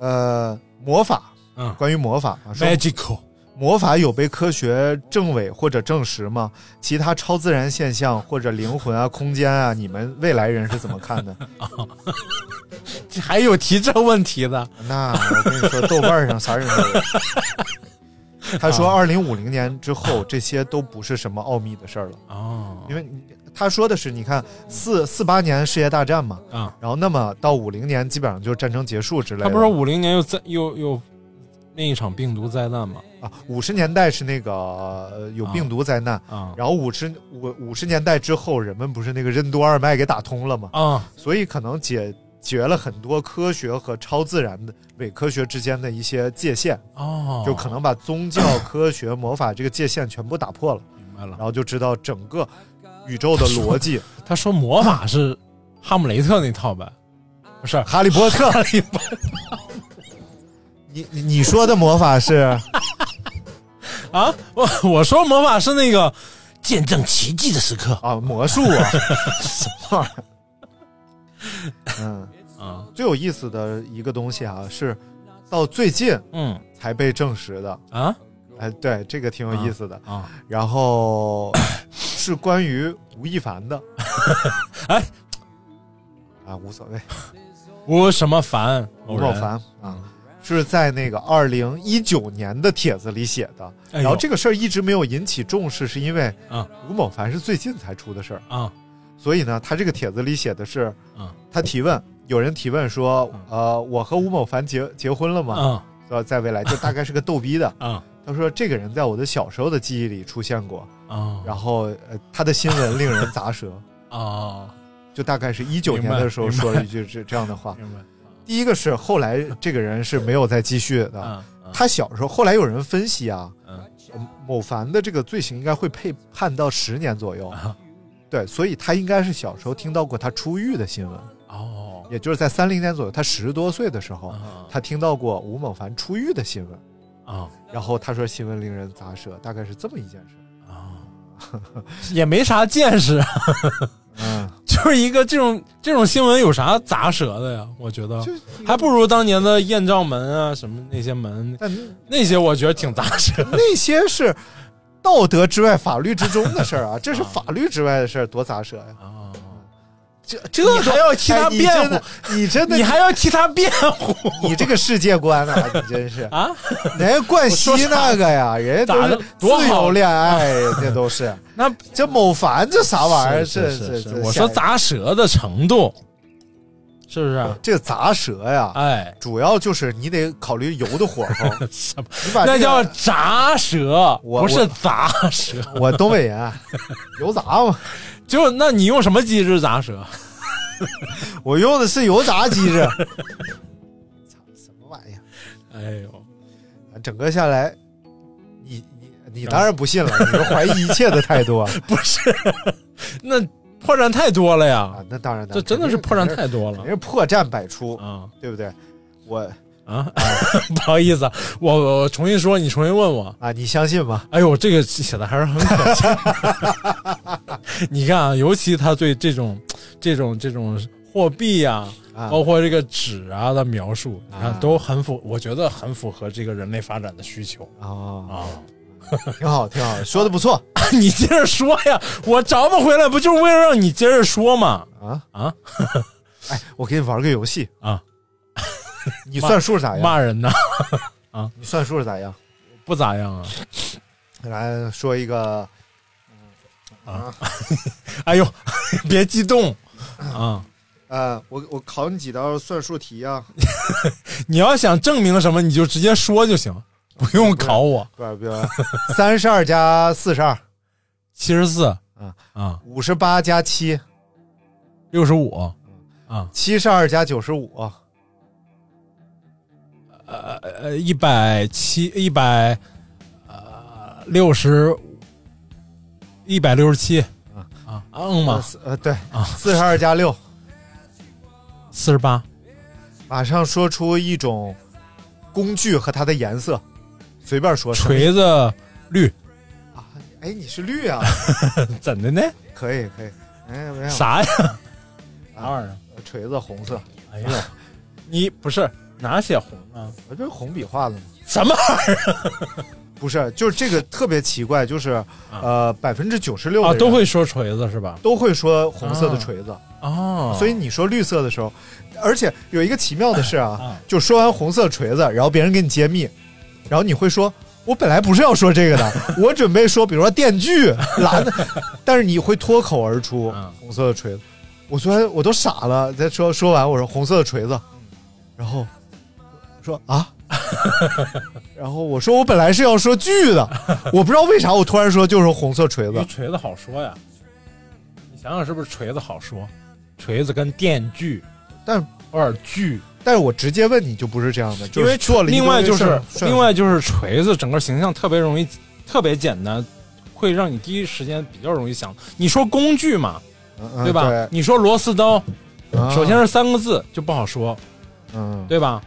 Speaker 4: 呃，魔法，
Speaker 7: 嗯，
Speaker 4: 关于魔法啊说
Speaker 7: magical
Speaker 4: 魔法有被科学证伪或者证实吗？其他超自然现象或者灵魂啊、空间啊，你们未来人是怎么看的？
Speaker 7: 这还有提这问题的？
Speaker 4: 那我跟你说，豆瓣儿上啥人都有。 他说，
Speaker 7: 啊
Speaker 4: 二零五零年之后，这些都不是什么奥秘的事儿了。
Speaker 7: 哦，
Speaker 4: 因为你他说的是，你看四四八年世界大战嘛，
Speaker 7: 啊，
Speaker 4: 然后那么到五零年基本上就是战争结束之类的。
Speaker 7: 他不是说五零年又灾又又另一场病毒灾难吗？
Speaker 4: 啊，五十年代是那个、呃有病毒灾难，
Speaker 7: 啊
Speaker 4: 然后五十五五十年代之后，人们不是那个任督二脉给打通了吗？
Speaker 7: 啊，
Speaker 4: 所以可能解决了很多科学和超自然的伪科学之间的一些界限，
Speaker 7: 哦，
Speaker 4: 就可能把宗教、科学、魔法这个界限全部打 破了，
Speaker 7: 明白
Speaker 4: 然
Speaker 7: 了。
Speaker 4: 后就知道整个宇宙的逻辑。
Speaker 7: 他说魔法是哈姆雷特那套呗，不是
Speaker 4: 哈利波特，
Speaker 7: 哈利波
Speaker 4: 你你你说的魔法是？
Speaker 7: 啊，我我说魔法是那个见证奇迹的时刻
Speaker 4: 啊，魔术啊， 什么玩意儿？嗯，
Speaker 7: 啊，
Speaker 4: 最有意思的一个东西啊，是到最近
Speaker 7: 嗯
Speaker 4: 才被证实的。
Speaker 7: 啊
Speaker 4: 哎，对，这个挺有意思的。
Speaker 7: 啊，
Speaker 4: 然后是关于吴亦凡 的。
Speaker 7: 哎，
Speaker 4: 啊，无所谓，
Speaker 7: 我什么凡
Speaker 4: 吴
Speaker 7: 某
Speaker 4: 某
Speaker 7: 人，
Speaker 4: 凡啊，是在那个二零一九年的帖子里写的。
Speaker 7: 哎呦
Speaker 4: 然后这个事儿一直没有引起重视，是因为
Speaker 7: 嗯
Speaker 4: 吴某凡是最近才出的事儿。
Speaker 7: 啊
Speaker 4: 所以呢，他这个帖子里写的是，
Speaker 7: 嗯
Speaker 4: 他提问，有人提问说，呃，我和吴某凡结结婚了吗？
Speaker 7: 啊。
Speaker 4: 说在未来，就大概是个逗逼的
Speaker 7: 啊
Speaker 4: 他说这个人在我的小时候的记忆里出现过，
Speaker 7: 啊
Speaker 4: 然后呃，他的新闻令人咂 舌，
Speaker 7: 啊，
Speaker 4: 就大概是一九年
Speaker 7: 明白
Speaker 4: 的时候
Speaker 7: 明白
Speaker 4: 说了一句这这样的话。
Speaker 7: 明白
Speaker 4: 第一个是后来这个人是没有再继续的，
Speaker 7: 啊啊
Speaker 4: 他小时候后来有人分析啊，
Speaker 7: 嗯
Speaker 4: 某凡的这个罪行应该会被判到十年左右，
Speaker 7: 啊
Speaker 4: 对，所以他应该是小时候听到过他出狱的新闻。
Speaker 7: 哦
Speaker 4: 也就是在三零年左右，他十多岁的时候，
Speaker 7: 啊
Speaker 4: 他听到过吴某凡出狱的新闻，
Speaker 7: 啊
Speaker 4: 然后他说新闻令人咂舌，大概是这么一件事。
Speaker 7: 啊，也没啥见识。
Speaker 4: 嗯，
Speaker 7: 就是一个这种这种新闻有啥砸舌的呀？我觉得
Speaker 4: 就
Speaker 7: 还不如当年的艳照门啊，什么那些门
Speaker 4: 但
Speaker 7: 那些，我觉得挺砸舌的。
Speaker 4: 那些是道德之外、法律之中的事儿 啊，这是法律之外的事儿，多咂舌呀！
Speaker 7: 啊，
Speaker 4: 这这都
Speaker 7: 你还要替他
Speaker 4: 哎你真的
Speaker 7: 辩
Speaker 4: 你真的
Speaker 7: 你还要替他辩护
Speaker 4: 你这个世界观啊，你真是
Speaker 7: 啊？
Speaker 4: 人家冠哎希那个呀，人家
Speaker 7: 咋
Speaker 4: 都
Speaker 7: 了
Speaker 4: 是
Speaker 7: 多
Speaker 4: 自
Speaker 7: 好
Speaker 4: 由恋爱，这都 是
Speaker 7: 那
Speaker 4: 这某凡这啥玩意儿？这
Speaker 7: 是是
Speaker 4: 这
Speaker 7: 是
Speaker 4: 这，
Speaker 7: 我说砸舌的程度是不 是？
Speaker 4: 这个咂舌呀，
Speaker 7: 哎，
Speaker 4: 主要就是你得考虑油的火候，
Speaker 7: 什么
Speaker 4: 你把这
Speaker 7: 那
Speaker 4: 个
Speaker 7: 叫砸舌，
Speaker 4: 我
Speaker 7: 不是
Speaker 4: 我
Speaker 7: 砸舌。
Speaker 4: 我东北人，啊油炸嘛，
Speaker 7: 就那你用什么机制砸舌？
Speaker 4: 我用的是油炸机制。 操，什么玩意儿？
Speaker 7: 哎呦，
Speaker 4: 整个下来，你你你当然不信了，你就怀疑一切的态度啊！
Speaker 7: 不是，那破绽太多了呀，
Speaker 4: 啊那当然，
Speaker 7: 这真的是破绽太多
Speaker 4: 肯
Speaker 7: 了
Speaker 4: 定是破绽百出，
Speaker 7: 啊。
Speaker 4: 对不对？我
Speaker 7: 啊， 不好意思啊，我我重新说，你重新问我。
Speaker 4: 啊，你相信吗？
Speaker 7: 哎呦，这个写的还是很可笑。 你看啊，尤其他对这种、这种、这种货币呀、
Speaker 4: 啊
Speaker 7: 包括这个纸啊的描述，你看
Speaker 4: 啊
Speaker 7: 都很符，我觉得很符合这个人类发展的需求
Speaker 4: 啊，
Speaker 7: 啊。
Speaker 4: 挺好，挺好，说的不错
Speaker 7: 你接着说呀，我找不回来，不就是为了让你接着说吗？
Speaker 4: 啊
Speaker 7: 啊！
Speaker 4: 哎，我给你玩个游戏
Speaker 7: 啊，
Speaker 4: 你算数咋样？
Speaker 7: 骂人呢，
Speaker 4: 你算数咋样？
Speaker 7: 不咋样啊。
Speaker 4: 来说一个
Speaker 7: 哎呦， 别激动啊！
Speaker 4: 呃，我我考你几道算术题啊？
Speaker 7: 你要想证明什么，你就直接说就行，不用考我。
Speaker 4: 不是不是， 三十二加四十二，
Speaker 7: 七十四，
Speaker 4: 啊
Speaker 7: 啊，
Speaker 4: 五十八加七，
Speaker 7: 六十五，
Speaker 4: 嗯
Speaker 7: 啊，
Speaker 4: 七十二加九十五，
Speaker 7: 呃，一百七，一百，呃，六十，一百六十七，啊啊，嗯
Speaker 4: 呃
Speaker 7: 嘛，
Speaker 4: 四呃对，四十二加六，
Speaker 7: 四十八，
Speaker 4: 马上说出一种工具和它的颜色，随便说。
Speaker 7: 锤子绿，
Speaker 4: 哎，你是绿啊？
Speaker 7: 怎的呢？
Speaker 4: 可以可以，哎，没有
Speaker 7: 啥呀？
Speaker 4: 啊
Speaker 7: 二啊？
Speaker 4: 锤子红色，
Speaker 7: 哎呦， 你不是哪写红啊？
Speaker 4: 我这红笔画的吗？
Speaker 7: 什么玩意儿？
Speaker 4: 不是，就是这个特别奇怪，就是呃，百分之九十六
Speaker 7: 啊啊，都会啊说锤子是吧？
Speaker 4: 都会说红色的锤子，
Speaker 7: 哦，
Speaker 4: 所以你说绿色的时候，而且有一个奇妙的是啊，就说完红色锤子，然后别人给你揭秘，然后你会说。我本来不是要说这个的， 我准备说，比如说电锯、蓝的，但是你会脱口而出
Speaker 7: 嗯
Speaker 4: 红色的锤子。我昨天我都傻了，再说说完，我说红色的锤子，然后说 啊，然后我说我本来是要说锯的，我不知道为啥我突然说就是红色锤
Speaker 7: 因为
Speaker 4: 子，
Speaker 7: 锤子好说呀。你想想是不是锤子好说？锤子跟电锯，
Speaker 4: 但
Speaker 7: 偶尔锯，
Speaker 4: 但是我直接问你就不是这样的，就是做了一
Speaker 7: 另外
Speaker 4: 堆
Speaker 7: 就
Speaker 4: 事
Speaker 7: 是
Speaker 4: 儿顺
Speaker 7: 另外就是锤子整个形象特别容易，特别简单，会让你第一时间比较容易想。你说工具嘛，
Speaker 4: 嗯嗯
Speaker 7: 对吧？
Speaker 4: 对
Speaker 7: 你说螺丝刀，
Speaker 4: 啊
Speaker 7: 首先是三个字就不好说，
Speaker 4: 嗯
Speaker 7: 对吧？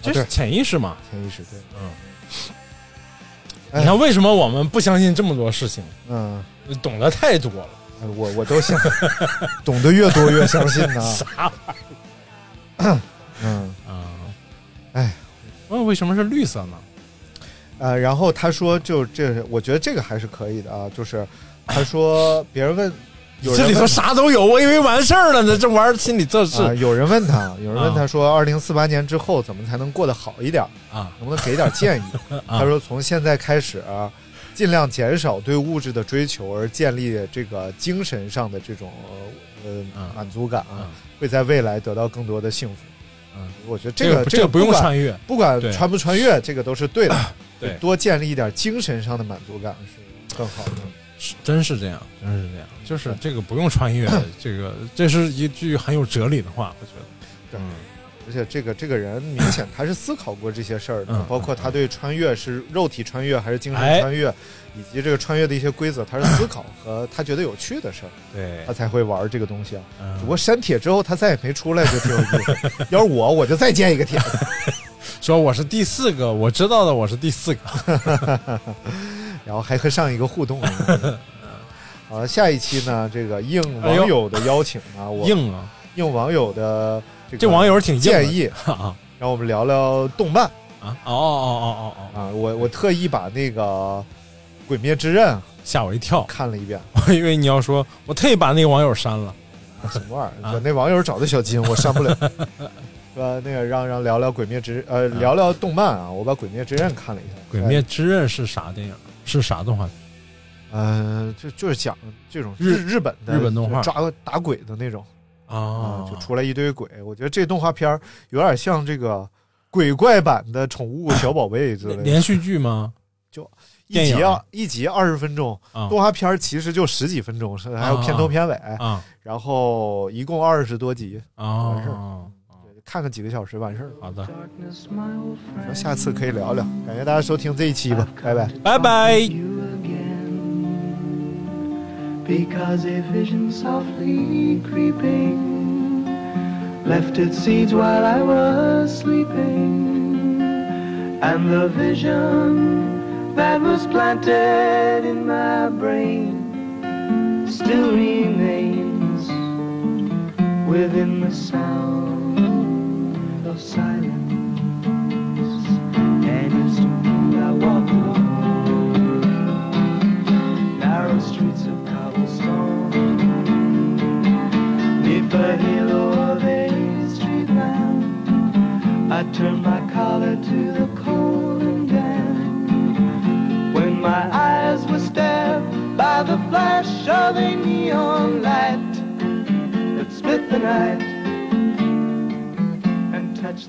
Speaker 7: 这
Speaker 4: 啊对
Speaker 7: 是潜意识嘛。
Speaker 4: 潜意识对，哎
Speaker 7: 你看为什么我们不相信这么多事情？
Speaker 4: 嗯，
Speaker 7: 懂得太多了，
Speaker 4: 哎我我都相懂得越多越相信 呢，
Speaker 7: 啥玩意
Speaker 4: 嗯
Speaker 7: 儿啊？
Speaker 4: 哎，
Speaker 7: 问为什么是绿色呢？
Speaker 4: 呃，然后他说就这，我觉得这个还是可以的啊，就是他说别人问。有人
Speaker 7: 这里头
Speaker 4: 问
Speaker 7: 啥都有，我以为完事儿了呢，这玩意儿心理测试
Speaker 4: 啊，有人问他，有人问他说，二零四八年之后怎么才能过得好一点？
Speaker 7: 啊
Speaker 4: 能不能给点建议？
Speaker 7: 啊
Speaker 4: 他说从现在开始、啊尽量减少对物质的追求，而建立这个精神上的这种呃
Speaker 7: 啊
Speaker 4: 满足感啊
Speaker 7: 啊，
Speaker 4: 会在未来得到更多的幸福。
Speaker 7: 嗯，
Speaker 4: 我觉得
Speaker 7: 这
Speaker 4: 个
Speaker 7: 个
Speaker 4: 这
Speaker 7: 这个不用
Speaker 4: 管
Speaker 7: 穿越
Speaker 4: 不管
Speaker 7: 对
Speaker 4: 穿不穿越，这个都是对的。
Speaker 7: 对
Speaker 4: 多建立一点精神上的满足感是更好的。
Speaker 7: 是真是这样，真是这样，就是这个不用穿越，这个这是一句很有哲理的话，我觉得。
Speaker 4: 对
Speaker 7: 嗯，
Speaker 4: 而且这个这个人明显他是思考过这些事儿的
Speaker 7: 嗯，
Speaker 4: 包括他对穿越是肉体穿越还是精神
Speaker 7: 哎
Speaker 4: 穿越，以及这个穿越的一些规则，他是思考和他觉得有趣的事儿，
Speaker 7: 对
Speaker 4: 他，才会玩这个东西啊。
Speaker 7: 嗯
Speaker 4: 只不过删帖之后他再也没出来，就挺有意思。要是我，我就再建一个帖子。
Speaker 7: 说我是第四个，我知道的我是第四个。
Speaker 4: 然后还和上一个互动。 啊，下一期呢，这个应
Speaker 7: 哎
Speaker 4: 网友的邀请啊，我
Speaker 7: 硬啊，
Speaker 4: 应网友的这个
Speaker 7: 这网友挺硬的
Speaker 4: 建议，
Speaker 7: 啊
Speaker 4: 让我们聊聊动漫
Speaker 7: 啊！哦哦哦哦哦哦，
Speaker 4: 啊。我我特意把那个《鬼灭之刃》
Speaker 7: 吓我一跳，
Speaker 4: 看了一遍，
Speaker 7: 我以为你要说我特意把那个网友删了。
Speaker 4: 什么玩意
Speaker 7: 啊
Speaker 4: 儿？我那网友找的小金，我删不了。 说那个让让聊聊《鬼灭之》呃聊聊动漫啊，我把《鬼灭之刃》看了一下，
Speaker 7: 《鬼灭之刃》是啥电影？是啥动画片？
Speaker 4: 呃就就是讲这种
Speaker 7: 日
Speaker 4: 日日本的
Speaker 7: 日本动画
Speaker 4: 抓打鬼的那种。啊
Speaker 7: 啊，，
Speaker 4: 就出来一堆鬼。我觉得这动画片儿有点像这个鬼怪版的《宠物小宝贝》之类的，
Speaker 7: 连续剧吗？
Speaker 4: 一集
Speaker 7: 电影
Speaker 4: 啊
Speaker 7: 啊
Speaker 4: 一集二十分钟，
Speaker 7: 啊
Speaker 4: 动画片儿其实就十几分钟，是还有
Speaker 7: 啊
Speaker 4: 片头片尾，
Speaker 7: 啊
Speaker 4: 然后一共二十多集，完事儿
Speaker 7: 啊！
Speaker 4: 看个几个小时完事儿了。
Speaker 7: 好的，
Speaker 4: 然后下次可以聊聊，感谢大家收听这一期吧，拜拜。
Speaker 7: 拜拜。
Speaker 9: Because a vision softly creeping left its seeds while I was sleeping. And the vision that was planted in my brain still remains within the sound of silence. And it's true I walk alone narrow streets of cobblestone. Neath the halo of a street lamp, I turn my collar to the cold and damp. When my eyes were stabbed by the flash of a neon light that split the night and touched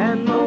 Speaker 9: and no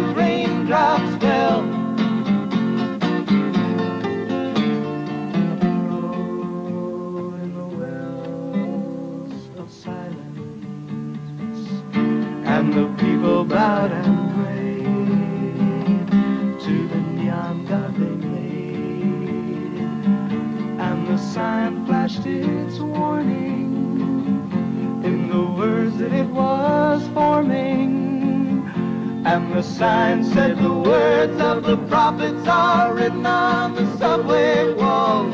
Speaker 9: raindrops, fell. of silence, and the people bowed and prayed to the neon god they made, and the sign flashed its warning in the words that it was forming, and the sign said the words of the prophets are written on the subway walls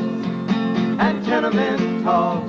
Speaker 9: and tenement halls.